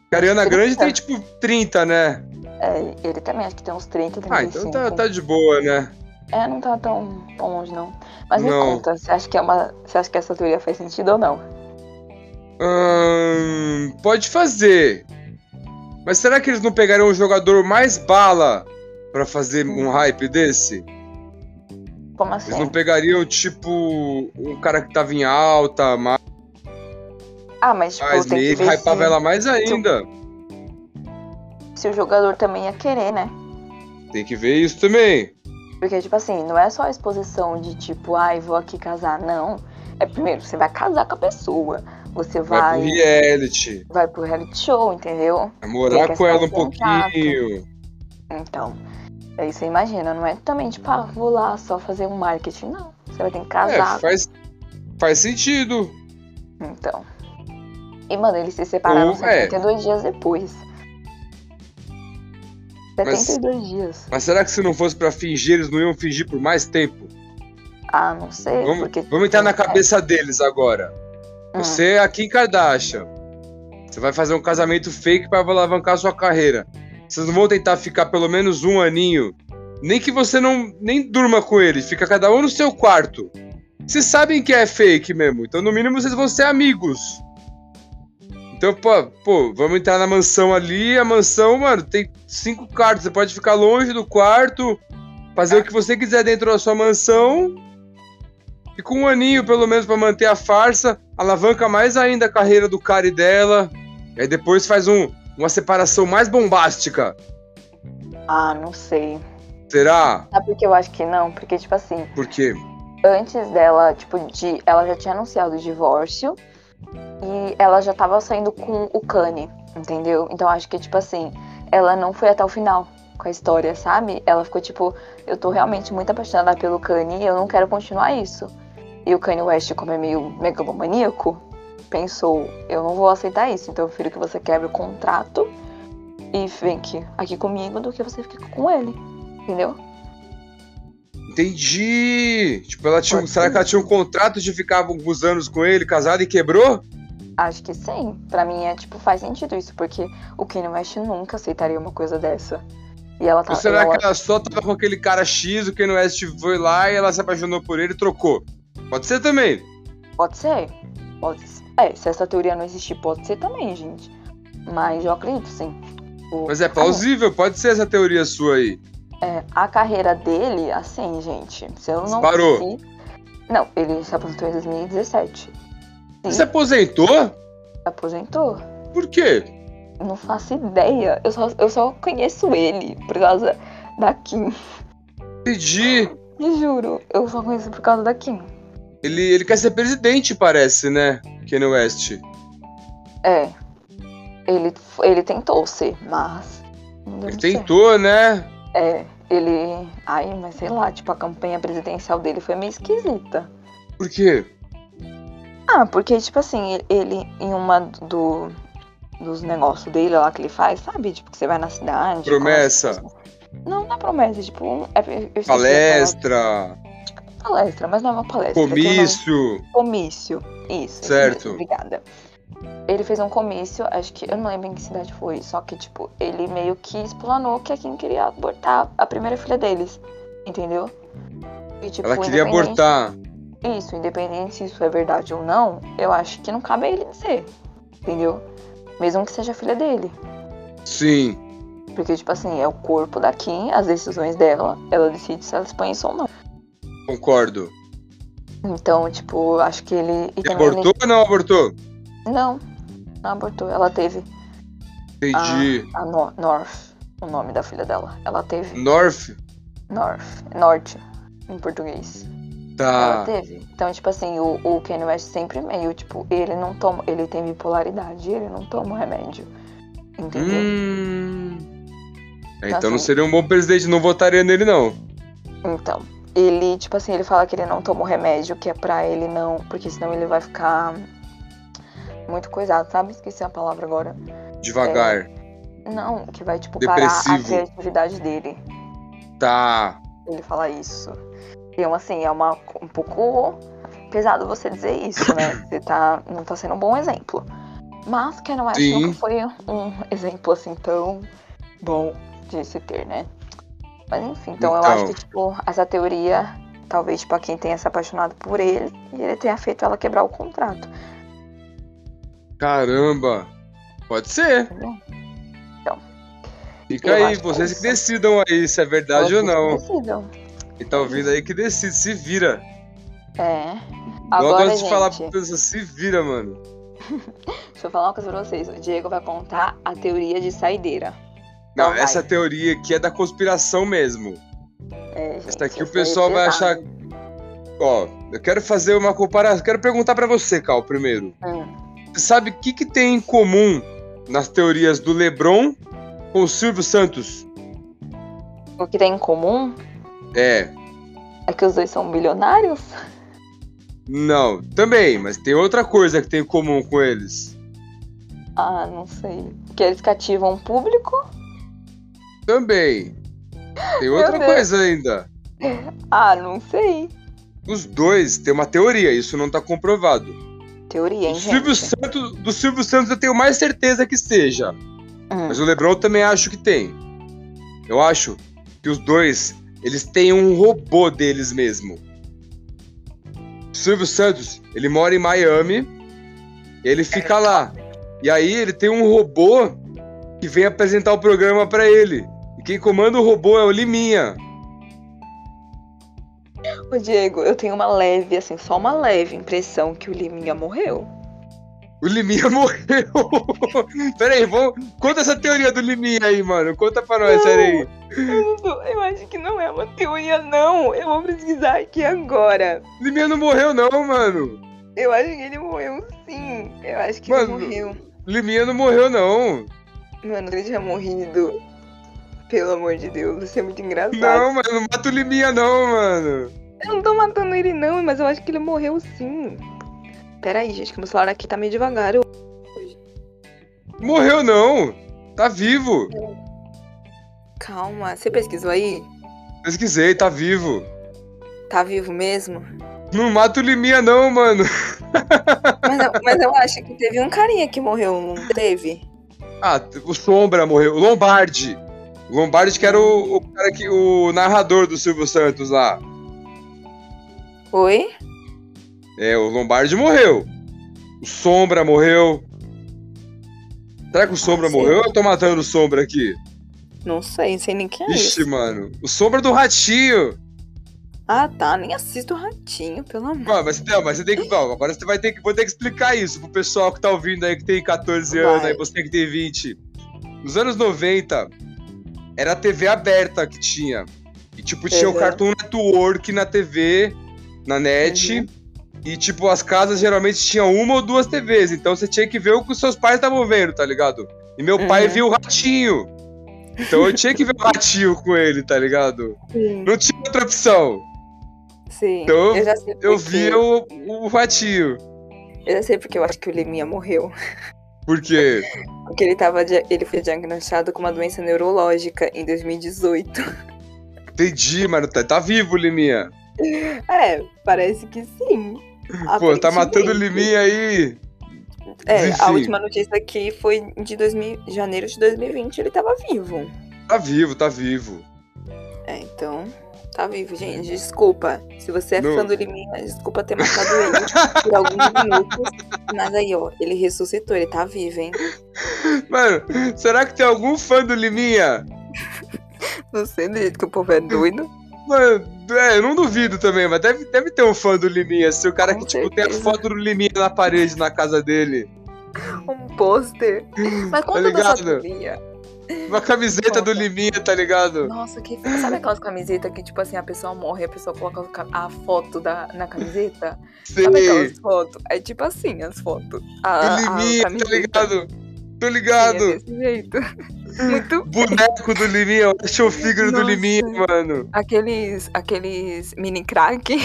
S1: Que a Ariana Grande tem tipo 30, né?
S2: É, ele também acho que tem uns 30, 35.
S1: Ah, então tá, tá de boa, né?
S2: É, não tá tão tão longe, não. Mas me
S1: Não.
S2: conta, você acha que é uma. Você acha que essa teoria faz sentido ou não?
S1: Ahn, pode fazer. Mas será que eles não pegariam um jogador mais bala pra fazer um hype desse?
S2: Como assim?
S1: Eles não pegariam, tipo, um cara que tava em alta, mais,
S2: Ah, mas tipo, tem que
S1: nele,
S2: ver
S1: hypava
S2: se,
S1: ela mais ainda.
S2: se o jogador também ia querer, né?
S1: Tem que ver isso também.
S2: Porque, tipo assim, não é só a exposição de tipo, ai, vou aqui casar, não. É primeiro, você vai casar com a pessoa. Você
S1: Vai
S2: vai,
S1: pro reality.
S2: vai pro reality show, entendeu?
S1: Vai
S2: Tem
S1: morar
S2: que
S1: com ela um
S2: assinar um contrato.
S1: pouquinho.
S2: Então, aí você imagina, não é também tipo, ah, vou lá só fazer um marketing, não. Você vai ter que casar.
S1: É, faz, faz sentido.
S2: Então. E, mano, eles se separaram
S1: Ou, é.
S2: 72 dias depois. 72 dias.
S1: Mas será que se não fosse pra fingir, eles não iam fingir por mais tempo?
S2: Ah, não sei.
S1: Vamos,
S2: porque
S1: vamos entrar na cabeça deles agora.
S2: Hum.
S1: Você é a Kim Kardashian. Você vai fazer um casamento fake pra alavancar sua carreira. Vocês não vão tentar ficar pelo menos um aninho. Nem que você não nem durma com ele, fica cada um no seu quarto. Vocês sabem que é fake mesmo, então no mínimo vocês vão ser amigos. Então, pô, pô, vamos entrar na mansão ali. A mansão, mano, tem cinco quartos. Você pode ficar longe do quarto, fazer o que você quiser dentro da sua mansão. E com um aninho, pelo menos, pra manter a farsa, alavanca mais ainda a carreira do cara e dela. E aí depois faz um, uma separação mais bombástica.
S2: Ah, não sei.
S1: Será?
S2: Sabe por que eu acho que não? Porque, tipo assim,
S1: Por quê?
S2: antes dela, tipo, de. Ela já tinha anunciado o divórcio. E ela já tava saindo com o Kanye, entendeu? Então acho que, tipo assim, ela não foi até o final com a história, sabe? Ela ficou tipo, eu tô realmente muito apaixonada pelo Kanye, eu não quero continuar isso. E o Kanye West, como é meio megalomaníaco, pensou, eu não vou aceitar isso, então eu prefiro que você quebre o contrato e fique aqui comigo do que você fique com ele, entendeu?
S1: Entendi! Tipo, ela tinha, um-
S2: Pode
S1: será
S2: ser.
S1: que ela tinha um contrato de ficar alguns anos com ele, casada e quebrou?
S2: Acho que sim. Pra mim é tipo, faz sentido isso, porque o Kanye West nunca aceitaria uma coisa dessa. E ela tá.
S1: Ou será
S2: ela-
S1: que ela só tava com aquele cara X, o Ken West foi lá e ela se apaixonou por ele e trocou? Pode ser também.
S2: Pode ser. Pode ser. É, se essa teoria não existir, pode ser também, gente. Mas eu acredito, sim. O-
S1: Mas é plausível, pode ser essa teoria sua aí.
S2: é, a carreira dele, assim, gente, se eu não.
S1: Parou.
S2: se- Não, ele se aposentou em 2017. Sim,
S1: Você se aposentou?
S2: se aposentou.
S1: Por quê?
S2: Não faço ideia. Eu só, eu só conheço ele por causa da Kim.
S1: Entendi.
S2: Me juro. Eu só conheço por causa da Kim.
S1: Ele, ele quer ser presidente, parece, né? Kanye West.
S2: É. Ele, f- ele tentou ser, mas. não deu
S1: Ele
S2: muito certo.
S1: tentou, né?
S2: É, ele. Ai, mas sei lá, tipo, a campanha presidencial dele foi meio esquisita.
S1: Por quê?
S2: Ah, porque, tipo assim, e- ele, em uma do, dos negócios dele lá que ele faz, sabe? Tipo, que você vai na cidade.
S1: Promessa.
S2: começa- Não, não é promessa, é tipo. um- É, eu esqueci a
S1: Palestra,
S2: palavra. Palestra, mas não é uma palestra. tem um nome-
S1: comício.
S2: comício. Isso. isso
S1: Certo.
S2: mesmo, obrigada. Ele fez um comício, acho que eu não lembro em que cidade foi, só que tipo, ele meio que explanou que a Kim queria abortar a primeira filha deles, entendeu? E, tipo,
S1: Ela queria
S2: independente-
S1: abortar.
S2: Isso, independente se isso é verdade ou não, eu acho que não cabe a ele dizer, entendeu? Mesmo que seja filha dele.
S1: Sim.
S2: Porque, tipo assim, é o corpo da Kim, as decisões dela, ela decide se ela expõe isso ou não.
S1: Concordo.
S2: Então, tipo, acho que ele. E
S1: Ele
S2: também ele-
S1: abortou ou não abortou?
S2: Não, não abortou. Ela teve
S1: Entendi.
S2: A No- North, o nome da filha dela. Ela teve
S1: North?
S2: North, Norte, em português. Ela
S1: Tá.
S2: teve. Então, tipo assim, o, o Kanye West sempre meio, tipo, ele não toma, ele tem bipolaridade, ele não toma remédio. Entendeu?
S1: Hum. É,
S2: Tá
S1: então não
S2: certo.
S1: seria um bom presidente, não votaria nele, não.
S2: Então, ele, tipo assim, ele fala que ele não toma o remédio, que é pra ele não. Porque senão ele vai ficar muito coisado, sabe? Esqueci a palavra agora. É.
S1: Devagar.
S2: Não, que vai, tipo, parar a
S1: Depressivo.
S2: criatividade dele.
S1: Tá.
S2: Ele fala isso. Então, assim, é uma, um pouco pesado você dizer isso, né? Você tá, não tá sendo um bom exemplo. Mas Ken West
S1: Sim.
S2: nunca foi um exemplo, assim, tão bom de se ter, né? Mas, enfim, então, eu
S1: Então.
S2: acho que, tipo, essa teoria, talvez, pra quem tenha se apaixonado por ele, e ele tenha feito ela quebrar o contrato,
S1: Caramba. Pode ser.
S2: entendeu?
S1: Fica
S2: Eu
S1: aí,
S2: acho que é
S1: vocês que
S2: isso.
S1: decidam aí se é verdade ou
S2: Elas
S1: não.
S2: decidam.
S1: E tá ouvindo aí que decide, se vira.
S2: É.
S1: eu gosto
S2: Agora, gente, Então
S1: de falar pra pessoa, se vira, mano.
S2: deixa eu falar uma coisa pra vocês. O Diego vai contar a teoria de saideira.
S1: Não,
S2: Não, vai.
S1: essa teoria aqui é da conspiração mesmo.
S2: É, gente,
S1: Essa aqui o
S2: isso aí é
S1: pessoal vai
S2: pesado.
S1: achar. Ó, eu quero fazer uma comparação. Quero perguntar pra você, Cal, primeiro.
S2: Hum.
S1: Você sabe o que, que tem em comum nas teorias do Lebron com o Silvio Santos?
S2: O que tem em comum
S1: É,
S2: é que os dois são bilionários.
S1: não, também, mas tem outra coisa que tem em comum com eles.
S2: Ah, não sei. Que eles cativam o público.
S1: Também. Tem outra
S2: Meu Deus.
S1: coisa ainda.
S2: Ah, não sei.
S1: Os dois têm uma teoria, isso não tá comprovado.
S2: Teoria, hein,
S1: O Silvio
S2: gente?
S1: Santos, do Silvio Santos eu tenho mais certeza que seja.
S2: Hum.
S1: Mas o LeBron eu também acho que tem. Eu acho que os dois, eles têm um robô deles mesmo. O Silvio Santos, ele mora em Miami, ele fica lá. E aí ele tem um robô que vem apresentar o programa pra ele. E quem comanda o robô é o Liminha.
S2: Ô, Diego, eu tenho uma leve, assim, só uma leve impressão que o Liminha morreu.
S1: O Liminha morreu. Peraí, vamos... conta essa teoria do Liminha aí, mano. Conta pra nós, peraí.
S2: Eu, não- eu acho que não é uma teoria, não. Eu vou pesquisar aqui agora.
S1: O Liminha não morreu não, mano.
S2: Eu acho que ele morreu, sim. Eu acho que
S1: Mano,
S2: ele morreu.
S1: O Liminha não morreu não.
S2: Mano, ele tinha morrido. Pelo amor de Deus, isso é muito engraçado.
S1: Não, mano, não mata o Liminha, não, mano.
S2: Eu não tô matando ele, não, mas eu acho que ele morreu sim. Pera aí, gente, que meu celular aqui tá meio devagar. Eu...
S1: Morreu, não. Tá vivo.
S2: Calma, você pesquisou aí?
S1: Pesquisei, tá vivo.
S2: Tá vivo mesmo?
S1: Não mata o Liminha, não, mano.
S2: Mas eu, mas eu acho que teve um carinha que morreu, não teve?
S1: Ah, o Sombra morreu. O Lombardi. O Lombardi que era o, o cara que. O narrador do Silvio Santos lá.
S2: Foi?
S1: É, o Lombardi morreu. O Sombra morreu. Será que o Sombra
S2: Ah, Sim.
S1: morreu ou eu tô matando o Sombra aqui?
S2: Não sei, não sei nem quem é
S1: Ixi,
S2: isso.
S1: mano. O Sombra do Ratinho.
S2: Ah, tá, nem assisto o Ratinho, pelo amor.
S1: Mano, mas, não, mas você tem que. Não, agora você vai ter que. Vou ter que explicar isso pro pessoal que tá ouvindo aí que tem 14 anos,
S2: Vai.
S1: aí você que tem 20. Nos anos 90, era a TV aberta que tinha. E tipo, tinha o
S2: Uhum.
S1: Cartoon Network na TV, na net.
S2: Uhum.
S1: E tipo, as casas geralmente tinham uma ou duas TVs. Então você tinha que ver o que os seus pais estavam vendo, tá ligado? E meu pai
S2: Uhum.
S1: viu o ratinho. Então eu tinha que ver o ratinho com ele, tá ligado?
S2: Sim,
S1: Não tinha outra opção.
S2: sim.
S1: Então,
S2: já sei por
S1: Eu
S2: quê.
S1: via o, o ratinho.
S2: Eu já sei porque eu acho que o Liminha morreu.
S1: Por quê?
S2: Porque ele, tava, dia- ele foi diagnosticado com uma doença neurológica em 2018.
S1: Entendi, mano. Tá, tá vivo o Liminha.
S2: É, parece que sim.
S1: Pô, tá matando o
S2: Aparentemente.
S1: Liminha aí.
S2: É,
S1: Enfim.
S2: a última notícia aqui foi de 2000, janeiro de 2020, ele tava vivo.
S1: Tá vivo, tá vivo.
S2: É, então, tá vivo, gente. Desculpa. Se você é
S1: Não.
S2: fã do Liminha, desculpa ter matado ele por alguns minutos. Mas aí, ó, ele ressuscitou, ele tá vivo, hein?
S1: Mano, será que tem algum fã do Liminha?
S2: Não sei do jeito que o povo é doido.
S1: Mano, é, eu não duvido também, mas deve, deve ter um fã do Liminha. Se o cara
S2: Com
S1: que tipo, tem a
S2: certeza.
S1: foto do Liminha na parede na casa dele,
S2: Um pôster. Mas conta
S1: Tá
S2: dessa
S1: ligado?
S2: teoria.
S1: uma camiseta do
S2: Nossa.
S1: Liminha, tá ligado?
S2: Nossa, que. Sabe aquelas camisetas que, tipo assim, a pessoa morre e a pessoa coloca o ca- a foto da, na camiseta?
S1: Sei.
S2: Sabe aquelas fotos? É tipo assim as fotos. A,
S1: O
S2: Tá a
S1: Liminha, tá
S2: camiseta. é
S1: ligado? Tô ligado.
S2: desse jeito. Muito
S1: Boneco do Liminha, action figure do
S2: Nossa.
S1: Liminha, mano.
S2: aqueles aqueles mini crack.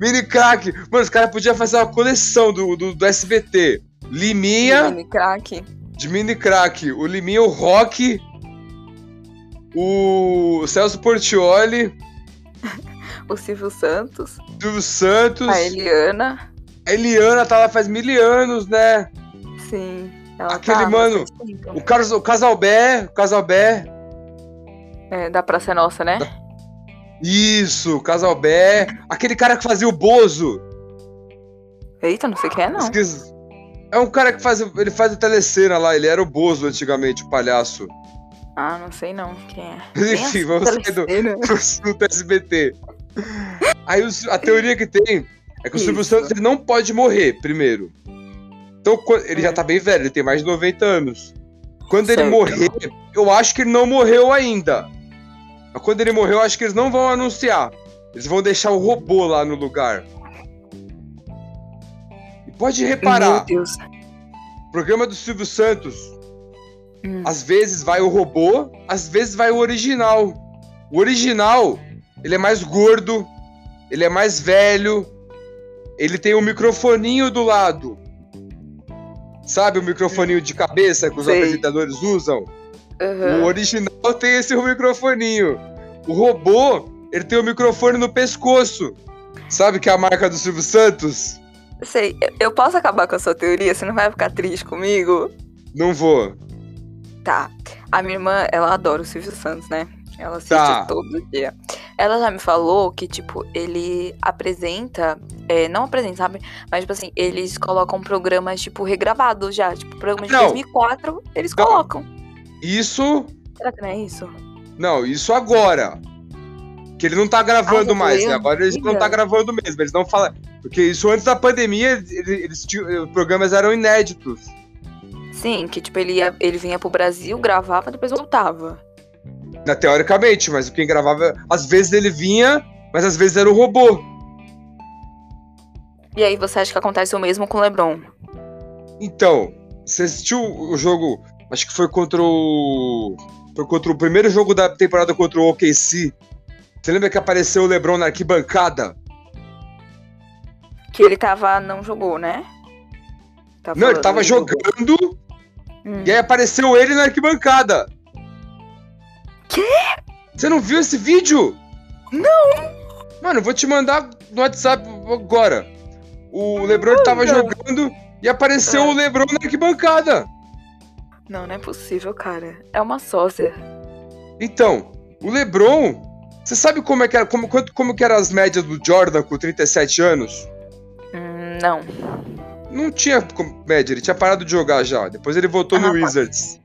S1: Mini crack. Mano, os caras podiam fazer uma coleção do, do, do SBT. Liminha
S2: Mini crack.
S1: de mini crack. O Liminha, o Rock. O Celso Portioli.
S2: O Silvio Santos,
S1: Silvio Santos.
S2: a Eliana.
S1: A Eliana tá lá faz mil anos, né?
S2: Sim. Ela
S1: Aquele,
S2: tá há
S1: mano,
S2: bastante tempo.
S1: O, Carlos, o Casalbé. O Casalbé.
S2: É, da Praça é Nossa, né?
S1: Isso, o Casalbé. Aquele cara que fazia o Bozo.
S2: Eita, não sei quem é, não.
S1: Esqueci. É um cara que faz, ele faz a telecena lá, ele era o Bozo antigamente, o palhaço.
S2: Ah, não sei não quem é.
S1: Enfim, vamos sair do,
S2: Telecena.
S1: do assunto SBT. Aí o Sil- a teoria que tem é que o Silvio
S2: Isso.
S1: Santos ele não pode morrer primeiro. Então quan- ele já tá bem velho, ele tem mais de 90 anos. Quando ele
S2: Certo.
S1: morrer, eu acho que ele não morreu ainda. Mas quando ele morrer, eu acho que eles não vão anunciar. Eles vão deixar o robô lá no lugar. E pode reparar,
S2: Meu Deus.
S1: programa do Silvio Santos,
S2: Hum.
S1: às vezes vai o robô, às vezes vai o original. O original, ele é mais gordo, ele é mais velho, ele tem um microfoninho do lado. Sabe o microfoninho de cabeça que os
S2: Sei.
S1: apresentadores usam?
S2: Aham.
S1: O original tem esse um microfoninho. O robô, ele tem o microfone no pescoço. Sabe que é a marca do Silvio Santos?
S2: Sei, eu- eu posso acabar com a sua teoria? Você não vai ficar triste comigo?
S1: Não vou.
S2: Tá. A minha irmã, ela adora o Silvio Santos, né? Ela assiste
S1: Tá.
S2: todo dia. Ela já me falou que, tipo, ele apresenta. é, não apresenta, sabe? Mas, tipo assim, eles colocam programas, tipo, regravados já. Tipo, programas de
S1: Não.
S2: 2004, eles
S1: Não.
S2: colocam.
S1: Isso
S2: Será que não é isso?
S1: Não, isso agora. Que ele não tá
S2: Ah,
S1: gravando
S2: eu
S1: mais, né?
S2: lembro.
S1: Agora eles não tá
S2: Lembro.
S1: gravando mesmo. Eles não falam. Porque isso antes da pandemia, eles, eles tinham- os programas eram inéditos.
S2: Sim, que, tipo, ele, ia, ele vinha pro Brasil, gravava, depois voltava.
S1: né, Teoricamente, mas quem gravava. Às vezes ele vinha, mas às vezes era o robô.
S2: E aí você acha que acontece o mesmo com o Lebron?
S1: Então, você assistiu o jogo. Acho que foi contra o. Foi contra o primeiro jogo da temporada contra o OKC. Você lembra que apareceu o Lebron na arquibancada?
S2: Que ele tava. não jogou, né? Tá
S1: Não, ele
S2: falando,
S1: tava
S2: jogou.
S1: jogando
S2: Hum.
S1: E aí apareceu ele na arquibancada.
S2: Quê?
S1: Você não viu esse vídeo? Não! Mano, eu vou te mandar no WhatsApp agora. O Lebron tava
S2: Manda.
S1: jogando e apareceu
S2: Ah.
S1: o Lebron na arquibancada.
S2: Não, não é possível, cara. É uma sócia.
S1: Então, o Lebron. Você sabe como é que era, como, quanto, como que eram as médias do Jordan com 37 anos?
S2: Hum, não.
S1: Não tinha como- média, ele tinha parado de jogar já. Depois ele voltou no
S2: Ah, tá.
S1: Wizards.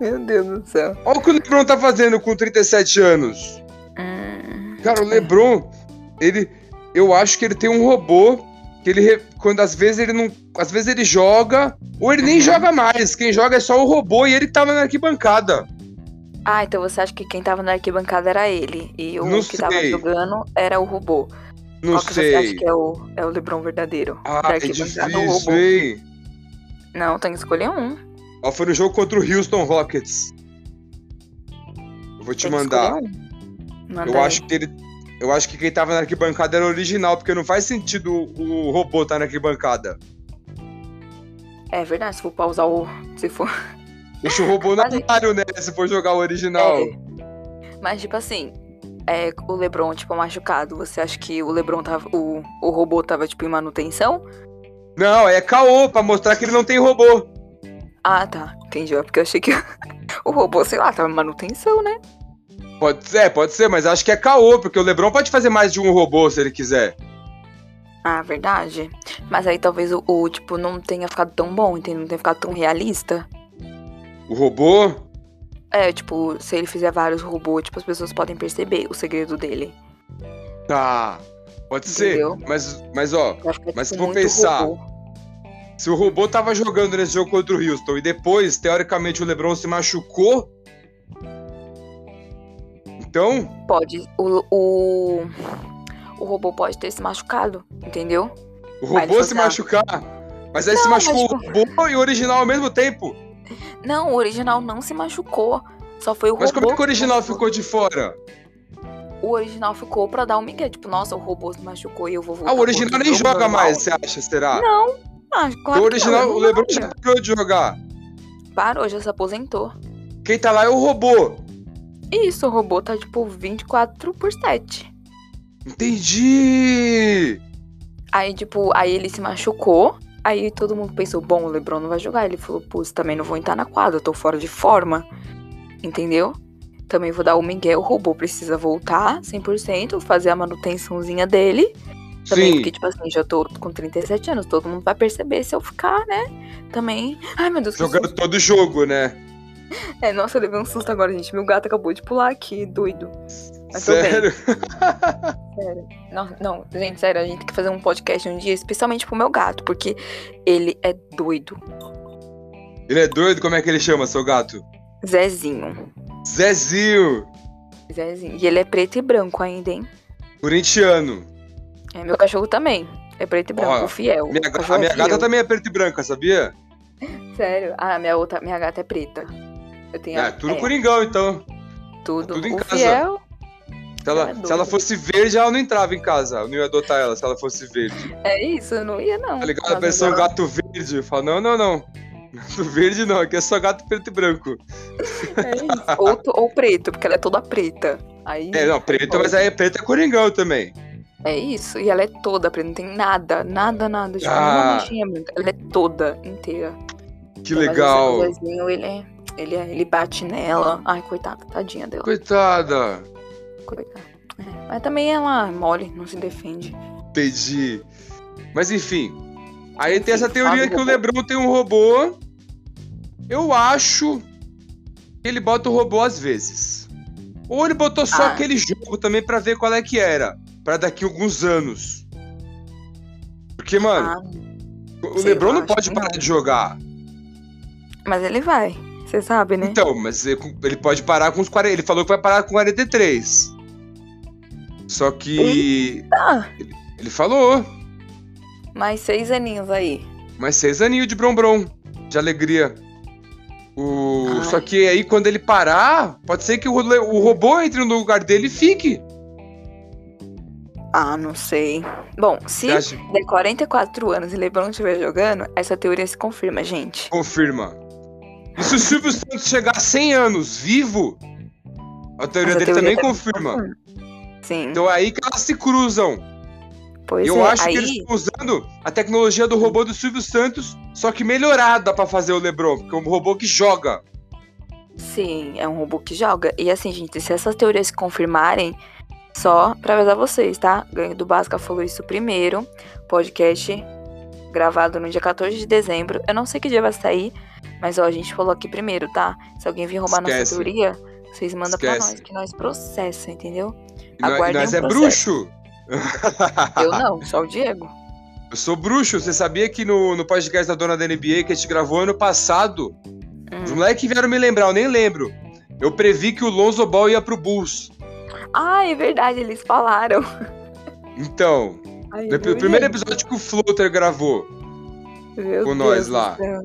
S2: Meu Deus do céu.
S1: Olha o que o Lebron tá fazendo com 37 anos.
S2: Ah.
S1: Cara, o LeBron, ele, eu acho que ele tem um robô que ele re- quando às vezes ele não, às vezes ele joga ou ele
S2: Uhum.
S1: nem joga mais. Quem joga é só o robô e ele tava na arquibancada.
S2: Ah, então você acha que quem tava na arquibancada era ele. E o
S1: Não
S2: que tava
S1: sei.
S2: jogando era o robô.
S1: Não
S2: Qual que você acha
S1: sei.
S2: que é o, é o Lebron verdadeiro?
S1: Ah,
S2: Da
S1: é
S2: arquibancada, o
S1: difícil,
S2: robô.
S1: hein?
S2: Não, tem que escolher um.
S1: Ó, foi no jogo contra o Houston Rockets. Eu vou te
S2: Tem que
S1: mandar.
S2: escolher um. Manda
S1: Eu
S2: aí.
S1: acho que ele, eu acho que quem tava na arquibancada era o original, porque não faz sentido o o robô estar na arquibancada.
S2: É verdade, se for pausar o. Se for.
S1: Deixa o robô no
S2: Mas-
S1: armário, né? Se for jogar o original.
S2: É. Mas, tipo assim, é, o Lebron, tipo, machucado. Você acha que o Lebron tava. O, o robô tava, tipo, em manutenção?
S1: Não, é caô pra mostrar que ele não tem robô.
S2: Ah, tá. Entendi. É porque eu achei que o robô, sei lá, tava em manutenção, né?
S1: Pode ser, pode ser, mas acho que é caô, porque o Lebron pode fazer mais de um robô se ele quiser.
S2: Ah, verdade. Mas aí talvez o, o, tipo, não tenha ficado tão bom, entendeu? Não tenha ficado tão realista.
S1: O robô.
S2: É, tipo, se ele fizer vários robôs, tipo, as pessoas podem perceber o segredo dele.
S1: Tá. Pode ser.
S2: Entendeu?
S1: Mas, mas, ó,
S2: Vai ficar,
S1: Mas
S2: tipo,
S1: se for
S2: muito
S1: pensar-
S2: robô.
S1: se o robô tava jogando nesse jogo contra o Houston e depois, teoricamente, o Lebron se machucou. Então,
S2: Pode. O, o, o robô pode ter se machucado, entendeu?
S1: o
S2: Vai
S1: robô se
S2: jogar.
S1: machucar. Mas aí se
S2: Não, mas, tipo,
S1: machucou o robô e o original ao mesmo tempo.
S2: Não, o original não se machucou. Só foi o
S1: Mas
S2: robô.
S1: como é que o original
S2: se
S1: ficou de fora?
S2: machucou. O original ficou pra dar um migué. Tipo, nossa, o robô se machucou e eu vou voltar.
S1: Ah, o
S2: pro
S1: original nem
S2: jogo
S1: joga
S2: normal.
S1: mais, você acha, será? Então,
S2: Não. Ah, claro
S1: o
S2: que
S1: original,
S2: não,
S1: o LeBron
S2: não.
S1: já parou de jogar.
S2: Parou, já se aposentou.
S1: Quem tá lá é o robô.
S2: Isso, o robô tá tipo 24 por 7.
S1: Entendi!
S2: Aí, tipo, aí ele se machucou. Aí todo mundo pensou, bom, o Lebron não vai jogar. Ele falou, putz, também não vou entrar na quadra, eu tô fora de forma. Entendeu? Também vou dar o Miguel, o robô precisa voltar 100%, fazer a manutençãozinha dele.
S1: Sim.
S2: Também, porque, tipo assim, já tô com 37 anos, todo mundo vai perceber se eu ficar, né? Também. Ai, meu Deus, que
S1: Jogando todo jogo, né?
S2: susto. É, nossa, eu levei um susto agora, gente. Meu gato acabou de pular aqui, doido. Mas tô bem.
S1: Sério?
S2: Não, não, gente, sério, a gente tem que fazer um podcast um dia, especialmente pro meu gato, porque ele é doido.
S1: Ele é doido? Como é que ele chama, seu gato?
S2: Zezinho.
S1: Zezinho!
S2: Zezinho. E ele é preto e branco ainda, hein?
S1: Corintiano.
S2: É, meu cachorro também. É preto e branco,
S1: Ó,
S2: o fiel.
S1: Minha
S2: O
S1: ga-
S2: cachorro
S1: a minha
S2: é
S1: gata
S2: fiel.
S1: também é preta e branca, sabia?
S2: Sério. Ah, minha outra, minha gata é preta. Eu tenho
S1: É,
S2: a-
S1: tudo
S2: é,
S1: coringão, então.
S2: tudo.
S1: tudo em
S2: o
S1: casa.
S2: fiel.
S1: Se ela,
S2: Ela é
S1: se ela
S2: doida.
S1: fosse verde, ela não entrava em casa. Eu não ia adotar ela se ela fosse verde.
S2: É isso, eu não ia não.
S1: Tá ligado?
S2: Mas
S1: A pessoa,
S2: agora-
S1: gato verde. Fala, não, não, não. Gato verde não, aqui é só gato preto e branco.
S2: É isso. Ou, to- ou preto, porque ela é toda preta. Aí
S1: É, não, preto, mas aí é preto é coringão também.
S2: É isso, e ela é toda preta, não tem nada, nada, nada. Tipo,
S1: Ah.
S2: nenhuma manchinha branca. Ela é toda inteira.
S1: Que
S2: Então, Mas
S1: legal.
S2: esse Zezinho, ele, é- ele, é- ele bate nela. Ai, coitada, tadinha dela.
S1: Coitada.
S2: Coitada. É, Mas também ela é mole, não se defende.
S1: Entendi. Mas enfim. Aí
S2: Enfim,
S1: tem essa teoria
S2: fala do
S1: que o
S2: robô.
S1: Lebron tem um robô. Eu acho que ele bota o robô às vezes. Ou ele botou só
S2: Ah.
S1: aquele jogo também pra ver qual é que era. Pra daqui a alguns anos. Porque, mano,
S2: Ah,
S1: o
S2: sei
S1: Lebron
S2: lá, Né?
S1: não
S2: acho
S1: pode
S2: que
S1: parar
S2: não.
S1: de jogar.
S2: mas ele vai, você sabe, né?
S1: Então, mas ele ele pode parar com os 40. Ele falou que vai parar com 43. Só que.
S2: Tá,
S1: Ele falou. Então-
S2: mais seis aninhos aí.
S1: Mais seis aninhos de brombrom, de alegria. O...
S2: Ai.
S1: Só que aí, quando ele parar, pode ser que o, le- o robô entre no lugar dele e fique.
S2: Ah, não sei. Bom, se
S1: Você acha?
S2: der 44 anos e LeBron estiver jogando, essa teoria se confirma, gente.
S1: Confirma. E se o Silvio Santos chegar a 100 anos vivo, a teoria
S2: Essa
S1: dele
S2: teoria
S1: também
S2: tá-
S1: confirma.
S2: Sim,
S1: Então é aí que elas se cruzam.
S2: pois
S1: E eu
S2: é.
S1: acho
S2: aí,
S1: que eles estão usando a tecnologia do robô do Silvio Santos, só que melhorada pra fazer o Lebron, porque é um robô que joga.
S2: Sim, é um robô que joga. E assim, gente, se essas teorias se confirmarem, só pra avisar vocês, tá? Ganho do Basca falou isso primeiro. Podcast gravado no dia 14 de dezembro. Eu não sei que dia vai sair, mas ó, a gente falou aqui primeiro, tá? Se alguém vir roubar
S1: Esquece.
S2: nossa teoria, vocês mandam pra
S1: Esquece.
S2: nós, que nós processa, entendeu?
S1: E nós- e
S2: Aguardem
S1: nós
S2: o
S1: é
S2: um processo.
S1: bruxo.
S2: Eu não, só o Diego.
S1: Eu sou bruxo, você sabia que no, no podcast da dona da NBA que a gente gravou ano passado, os
S2: Hum.
S1: moleques vieram me lembrar, eu nem lembro. Eu previ que o Lonzo Ball ia pro Bulls.
S2: Ah, é verdade, eles falaram.
S1: Então,
S2: Ai,
S1: no,
S2: meu
S1: no primeiro
S2: Deus,
S1: episódio que o Flutter gravou.
S2: meu
S1: com nós
S2: Deus do
S1: lá.
S2: céu.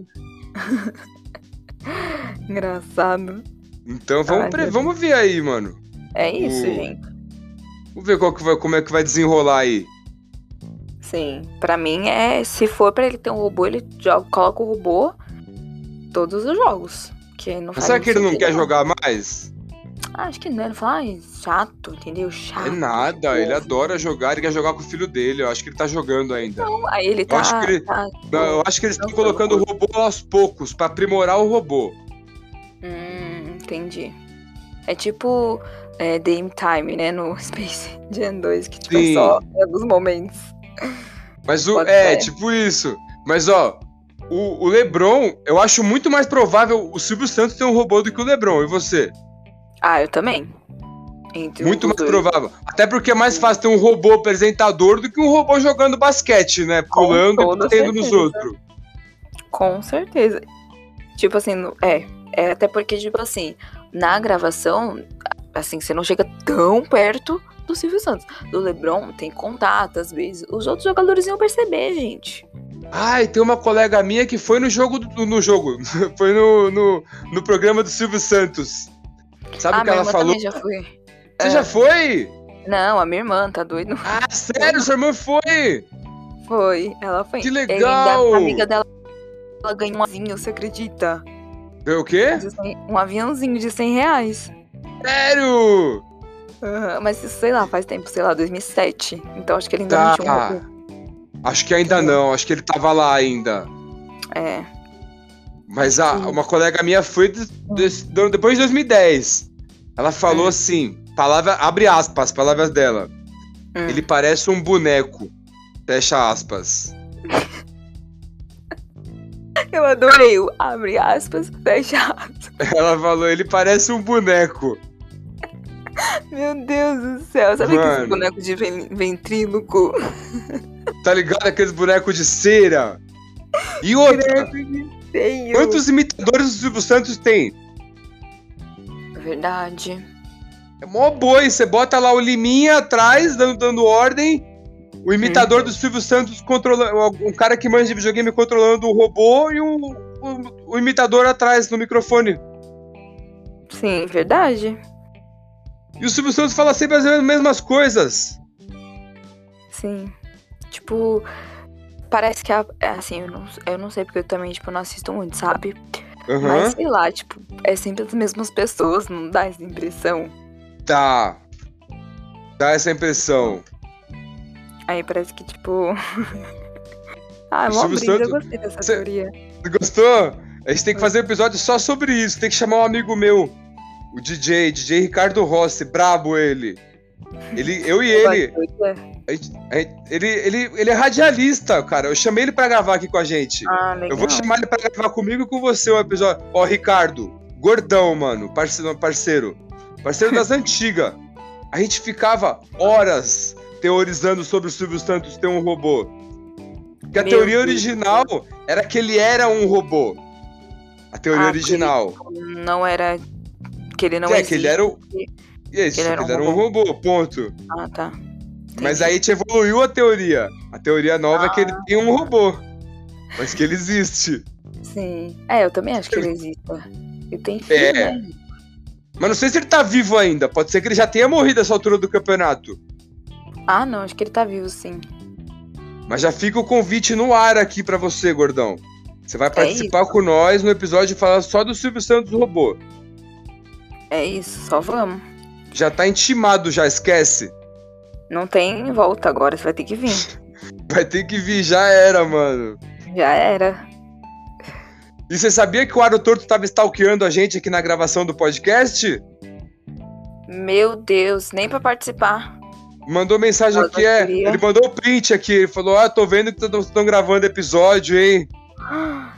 S2: Engraçado.
S1: Então vamos,
S2: Ai,
S1: pre-
S2: meu
S1: vamos ver aí, mano.
S2: É isso,
S1: O-
S2: gente.
S1: Vamos ver qual que vai, como é que vai desenrolar aí.
S2: Sim, pra mim é, se for pra ele ter um robô, ele joga, coloca o robô todos os jogos. Que não é.
S1: Mas
S2: faz
S1: será que ele não
S2: sentido,
S1: quer jogar mais?
S2: Ah, acho que não, ele fala, ai, chato, entendeu? Chato.
S1: É nada, ele adora jogar, ele quer jogar com o filho dele. Eu acho que ele tá jogando ainda.
S2: Então, tá Aí ele tá,
S1: acho que ele-
S2: tá-
S1: Eu acho que eles estão
S2: Não,
S1: colocando o robô aos poucos, pra aprimorar o robô.
S2: Hum, entendi. É tipo é, Game Time, né, no Space Jam 2, que tipo,
S1: Sim.
S2: é só em alguns momentos.
S1: Mas o.
S2: Pode
S1: É,
S2: ser.
S1: tipo isso. Mas ó, o, o Lebron, eu acho muito mais provável o Silvio Santos ter um robô do que o Lebron. E você?
S2: Ah, eu também. Entre
S1: muito
S2: os
S1: mais
S2: dois.
S1: provável. Até porque é mais fácil ter um robô apresentador do que um robô jogando basquete, né?
S2: Com
S1: Pulando e
S2: toda
S1: batendo nos
S2: certeza.
S1: outros.
S2: Com certeza. Tipo assim, no- é, é. Até porque, tipo assim, na gravação, assim, você não chega tão perto do Silvio Santos. Do Lebron tem contato, às vezes. Os outros jogadores iam perceber, gente.
S1: Ai, tem uma colega minha que foi no jogo do, no jogo, foi no, no, no programa do Silvio Santos. Sabe
S2: ah,
S1: o que ela
S2: minha irmã
S1: falou?
S2: também já foi.
S1: Você
S2: É.
S1: já foi?
S2: Não, a minha irmã, tá doido? Não
S1: Ah, sério, sua irmã foi?
S2: foi. Ela foi.
S1: Que
S2: E ainda
S1: legal!
S2: a amiga dela ela ganhou um avinho, você acredita?
S1: Ganhou o quê?
S2: De 100 Um aviãozinho de 100 reais.
S1: Sério?
S2: Aham, Mas isso, sei lá, faz tempo, sei lá, 2007. Então acho que ele ainda
S1: Tá.
S2: não tinha um robô.
S1: Acho que ainda não, acho que ele tava lá ainda.
S2: É.
S1: Mas a,
S2: Sim.
S1: uma colega minha foi de- de- do- depois de 2010. Ela falou
S2: Hum.
S1: assim, palavra, abre aspas, palavras dela.
S2: Hum.
S1: Ele parece um boneco. Fecha aspas.
S2: Eu adorei o abre aspas, fecha.
S1: Ela falou, ele parece um boneco.
S2: Meu Deus do céu, sabe aquele
S1: Mano.
S2: boneco de ven- ventríloco?
S1: Tá ligado? Aqueles bonecos de cera. E outra,
S2: Feio.
S1: quantos imitadores o Silvio Santos tem?
S2: Verdade.
S1: É mó boi, você bota lá o Liminha atrás, dando, dando ordem. O imitador do Silvio Santos controlando. Um cara que manja de videogame controlando o robô e o, o, o imitador atrás no microfone.
S2: Sim, verdade.
S1: E o Silvio Santos fala sempre as mesmas coisas.
S2: Sim. Tipo, parece que a, é assim, eu não, eu não sei porque eu também, tipo, não assisto muito, sabe?
S1: Aham.
S2: Mas sei lá, tipo, é sempre as mesmas pessoas, não dá essa impressão.
S1: Tá. Dá essa impressão.
S2: Aí parece que, tipo. ah, é
S1: O
S2: mó
S1: Silvio
S2: brisa, eu
S1: Santos-
S2: gostei dessa
S1: Cê-
S2: teoria.
S1: Gostou? A gente tem que fazer um episódio só sobre isso. Tem que chamar um amigo meu, o DJ, DJ Ricardo Rossi, brabo ele. Ele, eu e ele, a gente- a gente- ele, ele, ele é radialista, cara. Eu chamei ele pra gravar aqui com a gente.
S2: Ah, legal.
S1: Eu vou chamar ele pra gravar comigo e com você um episódio. Ó, Ricardo, gordão, mano, parceiro, parceiro, parceiro das antigas. A gente ficava horas teorizando sobre o Silvio Santos ter um robô. Que a
S2: Meu
S1: teoria
S2: Deus.
S1: original era que ele era um robô. A teoria
S2: Ah,
S1: original.
S2: Não era. Que ele não
S1: é,
S2: existe.
S1: que ele era o. Isso,
S2: ele era um
S1: ele era um robô, ponto.
S2: Ah, tá.
S1: Mas aí a gente evoluiu a teoria. A teoria nova é que ele tem um robô. Mas que ele existe.
S2: Sim. É, eu também acho que ele existe. Ele tem filho,
S1: É.
S2: né?
S1: Mas não sei se ele tá vivo ainda. Pode ser que ele já tenha morrido essa altura do campeonato.
S2: Ah, não, acho que ele tá vivo, sim.
S1: Mas já fica o convite no ar aqui pra você, gordão. Você vai participar com nós no episódio de falar só do Silvio Santos robô.
S2: É isso, só vamos.
S1: Já tá intimado, já esquece.
S2: Não tem volta agora, você vai ter que vir.
S1: Vai ter que vir, já era, mano.
S2: Já era.
S1: E você sabia que o Aro Torto tava stalkeando a gente aqui na gravação do podcast?
S2: Meu Deus, nem pra participar.
S1: Mandou mensagem
S2: Ela tá
S1: aqui, é.
S2: queria.
S1: Ele mandou o print aqui. Ele falou: Ah, tô vendo que estão gravando episódio, hein?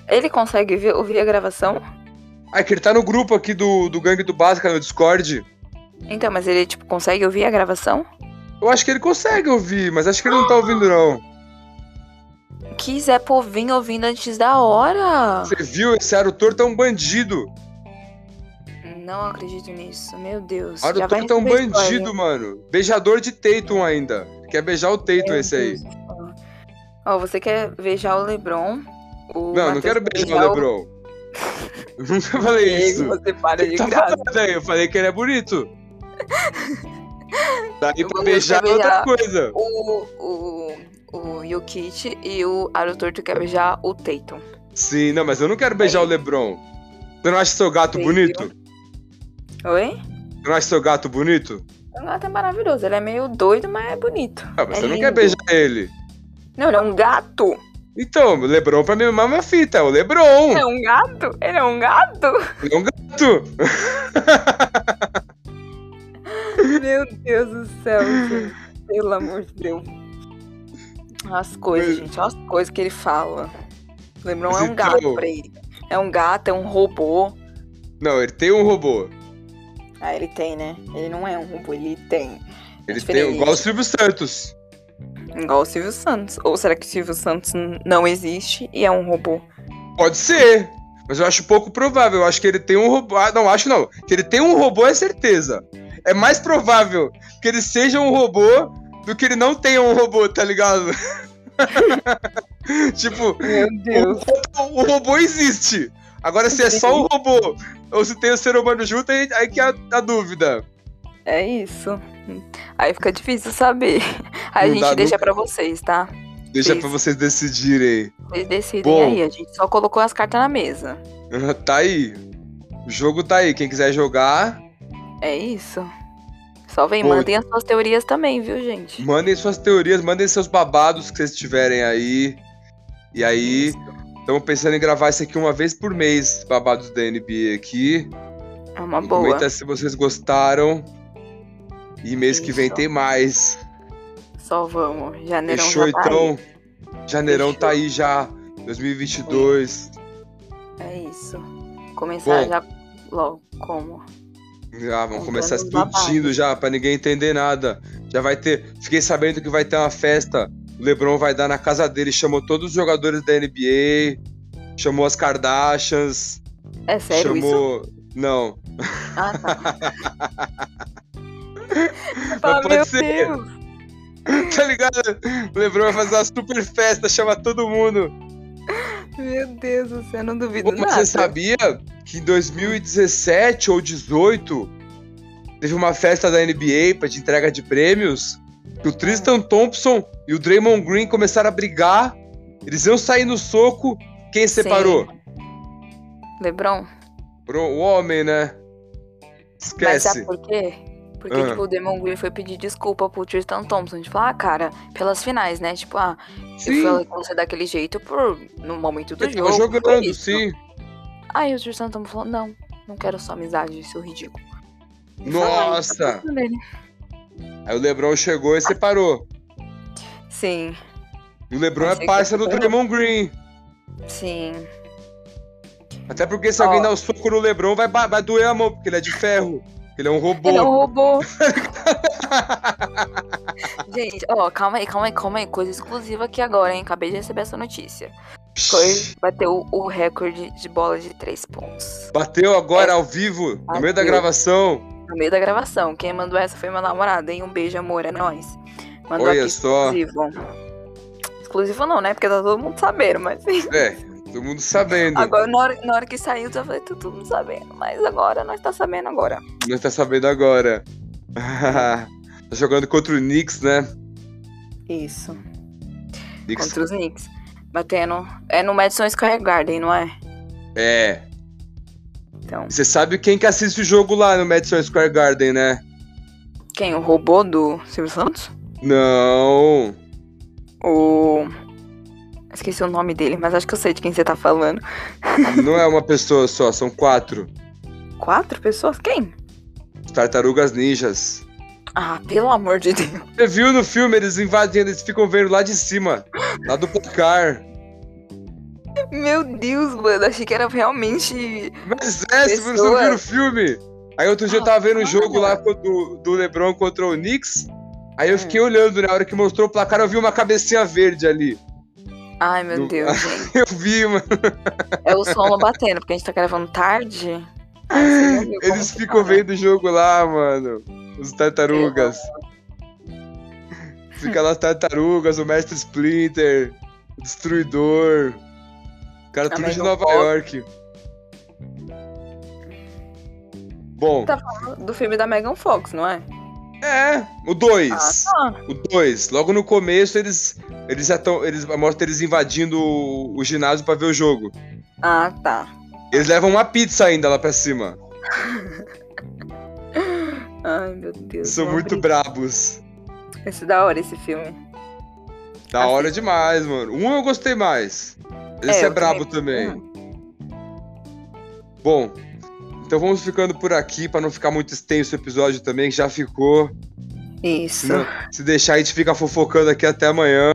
S2: Ele consegue ver- ouvir a gravação?
S1: Ah, que ele tá no grupo aqui do, do Gangue do Basca no Discord.
S2: Então, mas ele, tipo, consegue ouvir a gravação?
S1: Eu acho que ele consegue ouvir, mas acho que ele não tá ouvindo, não.
S2: Que Zé Povinho ouvindo antes da hora.
S1: Você viu? Esse Aro Torto é um bandido.
S2: Não acredito nisso, meu Deus.
S1: Aro
S2: Já vai
S1: Torto é um
S2: receber
S1: bandido,
S2: spoiler.
S1: mano. Beijador de Tatum ainda. Quer beijar o Tatum
S2: Meu
S1: esse aí.
S2: Deus. Ó, você quer ver já o Lebron? O
S1: Não, não
S2: Matheus tá
S1: quero
S2: quer
S1: beijar
S2: já
S1: o Lebron. Eu Nunca falei isso.
S2: Você para de
S1: Tá
S2: graça.
S1: falando aí, eu falei que ele é bonito. Daí
S2: Eu
S1: pra
S2: vou
S1: beijar é outra
S2: beijar.
S1: coisa.
S2: O, o, o Jokic e o Aro Torto quer beijar o Tatum.
S1: Sim, não, mas eu não quero beijar o Lebron. Você não acha seu gato
S2: Sim,
S1: bonito?
S2: Oi?
S1: Você não acha seu gato bonito?
S2: O gato é maravilhoso. Ele é meio doido, mas é bonito.
S1: Ah, mas
S2: É
S1: você não
S2: lindo.
S1: quer beijar ele.
S2: Não, ele é um gato.
S1: Então, o Lebron pra mim é a mesma fita, é o Lebron.
S2: Ele é um gato? Ele é um gato?
S1: Ele é um gato.
S2: Meu Deus do céu, gente. Pelo amor de Deus. As
S1: Mas-
S2: coisas, gente. Olha as coisas que ele fala. Lebron é
S1: Mas
S2: um gato
S1: então-
S2: pra ele. É um gato, é um robô.
S1: Não, ele tem um robô.
S2: Ah, ele tem, né? Ele não é um robô, ele tem.
S1: Ele tem
S2: É diferente.
S1: igual o Silvio Santos.
S2: Igual o Silvio Santos. Ou será que o Silvio Santos n- não existe e é um robô?
S1: Pode ser. Mas eu acho pouco provável. Eu acho que ele tem um robô. Ah, não, acho não. Que ele tem um robô é certeza. É mais provável que ele seja um robô do que ele não tenha um robô, tá ligado? tipo,
S3: Meu Deus.
S1: o robô existe. Agora, se é só o robô ou se tem o ser humano junto, aí, aí que é a, a dúvida.
S2: É isso. Aí fica difícil saber. Aí
S1: Não
S2: a
S1: dá
S2: gente deixa
S1: nunca.
S2: pra vocês, tá?
S1: Deixa
S2: Isso.
S1: pra vocês decidirem.
S2: Vocês decidem
S1: Bom.
S2: aí. A gente só colocou as cartas na mesa.
S1: Tá aí. O jogo tá aí. Quem quiser jogar,
S2: É isso. Só vem,
S1: Bom.
S2: mandem as suas teorias também, viu, gente?
S1: mandem suas teorias, mandem seus babados que vocês tiverem aí. E
S2: É
S1: aí, estamos pensando em gravar isso aqui uma vez por mês, babados da NBA aqui.
S2: É uma
S1: E
S2: boa.
S1: Comenta se vocês gostaram. E mês que vem
S2: Isso.
S1: tem mais.
S2: Só vamos. Janeirão
S1: Fechou
S2: já tá aí.
S1: então. Janeirão tá aí já. 2022.
S2: É isso. Começar
S1: Bom.
S2: já logo. Como?
S1: Ah, vamos
S2: Contando
S1: começar
S2: os babados.
S1: explodindo já, pra ninguém entender nada. Já vai ter. Fiquei sabendo que vai ter uma festa. O Lebron vai dar na casa dele, chamou todos os jogadores da NBA, chamou as Kardashians,
S2: É sério isso?
S1: chamou. Não.
S2: Ah, tá.
S1: Mas
S2: Ah,
S1: pode
S2: meu
S1: ser.
S2: Deus.
S1: Tá ligado? O Lebron vai fazer uma super festa, chama todo mundo.
S2: Meu Deus, do céu, eu não duvido
S1: Pô, mas
S2: nada.
S1: você sabia que em 2017 ou 18 teve uma festa da NBA pra de entrega de prêmios? Que o Tristan Thompson e o Draymond Green começaram a brigar. Eles iam sair no soco. Quem separou?
S2: Lebron,
S1: Pro- o homem, né?
S2: mas
S1: Esquece.
S2: sabe por quê? Porque,
S1: Ah.
S2: tipo, o Demon Green foi pedir desculpa pro Tristan Thompson. Tipo, ah, cara, pelas finais, né? Tipo, ah, eu
S1: Sim,
S2: falei com você daquele jeito por, no momento do
S1: ele
S2: jogo.
S1: tava
S2: por
S1: jogando,
S2: isso.
S1: sim.
S2: Aí o Tristan Thompson falou, não, não quero sua amizade, seu ridículo. Ele falou, "Ah,
S1: Nossa!
S2: tá pensando nele."
S1: Aí o Lebron chegou e separou.
S2: Sim,
S1: E o Lebron é
S2: Achei que
S1: parceiro do
S2: foi.
S1: Draymond Green.
S2: sim.
S1: Até porque se
S2: Ó.
S1: alguém dar o soco no Lebron, vai, ba- vai doer a mão, porque ele é de ferro. Ele é um robô.
S2: Ele é um robô. Gente, ó, calma aí, calma aí, calma aí. Coisa exclusiva aqui agora, hein? Acabei de receber essa notícia. Curry bateu o recorde de bola de três pontos.
S1: Bateu agora ao vivo, no meio da
S2: É. Bateu.
S1: gravação.
S2: No meio da gravação. Quem mandou essa foi meu namorado, hein? Um beijo, amor, é nóis. Mandou
S1: Olha
S2: aqui
S1: só.
S2: exclusivo. Exclusivo não, né? Porque tá todo mundo sabendo, mas...
S1: É, todo mundo sabendo.
S2: Agora, na hora, na hora que saiu, eu falei, tá todo mundo sabendo. Mas agora, nós tá sabendo agora.
S1: Nós tá sabendo agora. tá jogando contra o Knicks, né?
S2: Isso.
S1: Knicks.
S2: Contra os Knicks. Batendo... É no Madison Square Garden, não é?
S1: É.
S2: Então,
S1: Você sabe quem que assiste o jogo lá no Madison Square Garden, né?
S2: quem? O robô do Silvio Santos?
S1: Não.
S2: O... Esqueci o nome dele, mas acho que eu sei de quem você tá falando.
S1: Não é uma pessoa só, são quatro.
S2: Quatro pessoas? Quem?
S1: Os Tartarugas Ninjas.
S2: Ah, pelo amor de Deus.
S1: Você viu no filme, eles invadindo, eles ficam vendo lá de cima. Lá do placar.
S2: Meu Deus, mano. Achei que era realmente...
S1: Mas é, se você não viu o filme. Aí outro
S2: Ah,
S1: dia eu tava vendo o jogo lá co- do, do Lebron contra o Knicks. Aí
S2: É.
S1: eu fiquei olhando, na hora que mostrou o placar, eu vi uma cabecinha verde ali.
S2: Ai, meu
S1: Do-
S2: Deus, gente.
S1: Eu vi, mano.
S2: É o sono batendo, porque a gente tá gravando tarde. Ai, você não viu como
S1: Eles
S2: que
S1: ficam
S2: tá, né?
S1: vendo o jogo lá, mano. Os tartarugas. Fica lá as tartarugas, o mestre Splinter, o destruidor. O cara tudo
S2: Também
S1: de
S2: Ah, não
S1: Nova
S2: posso.
S1: York. Bom,
S2: Tá falando do filme da Megan Fox, não é?
S1: é, o 2.
S2: Tá. Ah, tá.
S1: O 2, logo no começo, eles, eles já estão. Eles mostram eles invadindo o, o ginásio pra ver o jogo.
S2: Ah, tá.
S1: Eles levam uma pizza ainda lá pra cima.
S2: Ai, meu Deus.
S1: São
S2: vou
S1: muito
S2: abrir.
S1: brabos.
S2: Esse é da hora esse filme.
S1: Da hora demais, mano. Um eu gostei mais. Esse Assim- é,
S2: eu
S1: brabo também. Bom, então vamos ficando por aqui pra não ficar muito extenso o episódio também, que já ficou.
S2: Isso.
S1: Não. Se deixar, a gente fica fofocando aqui até amanhã.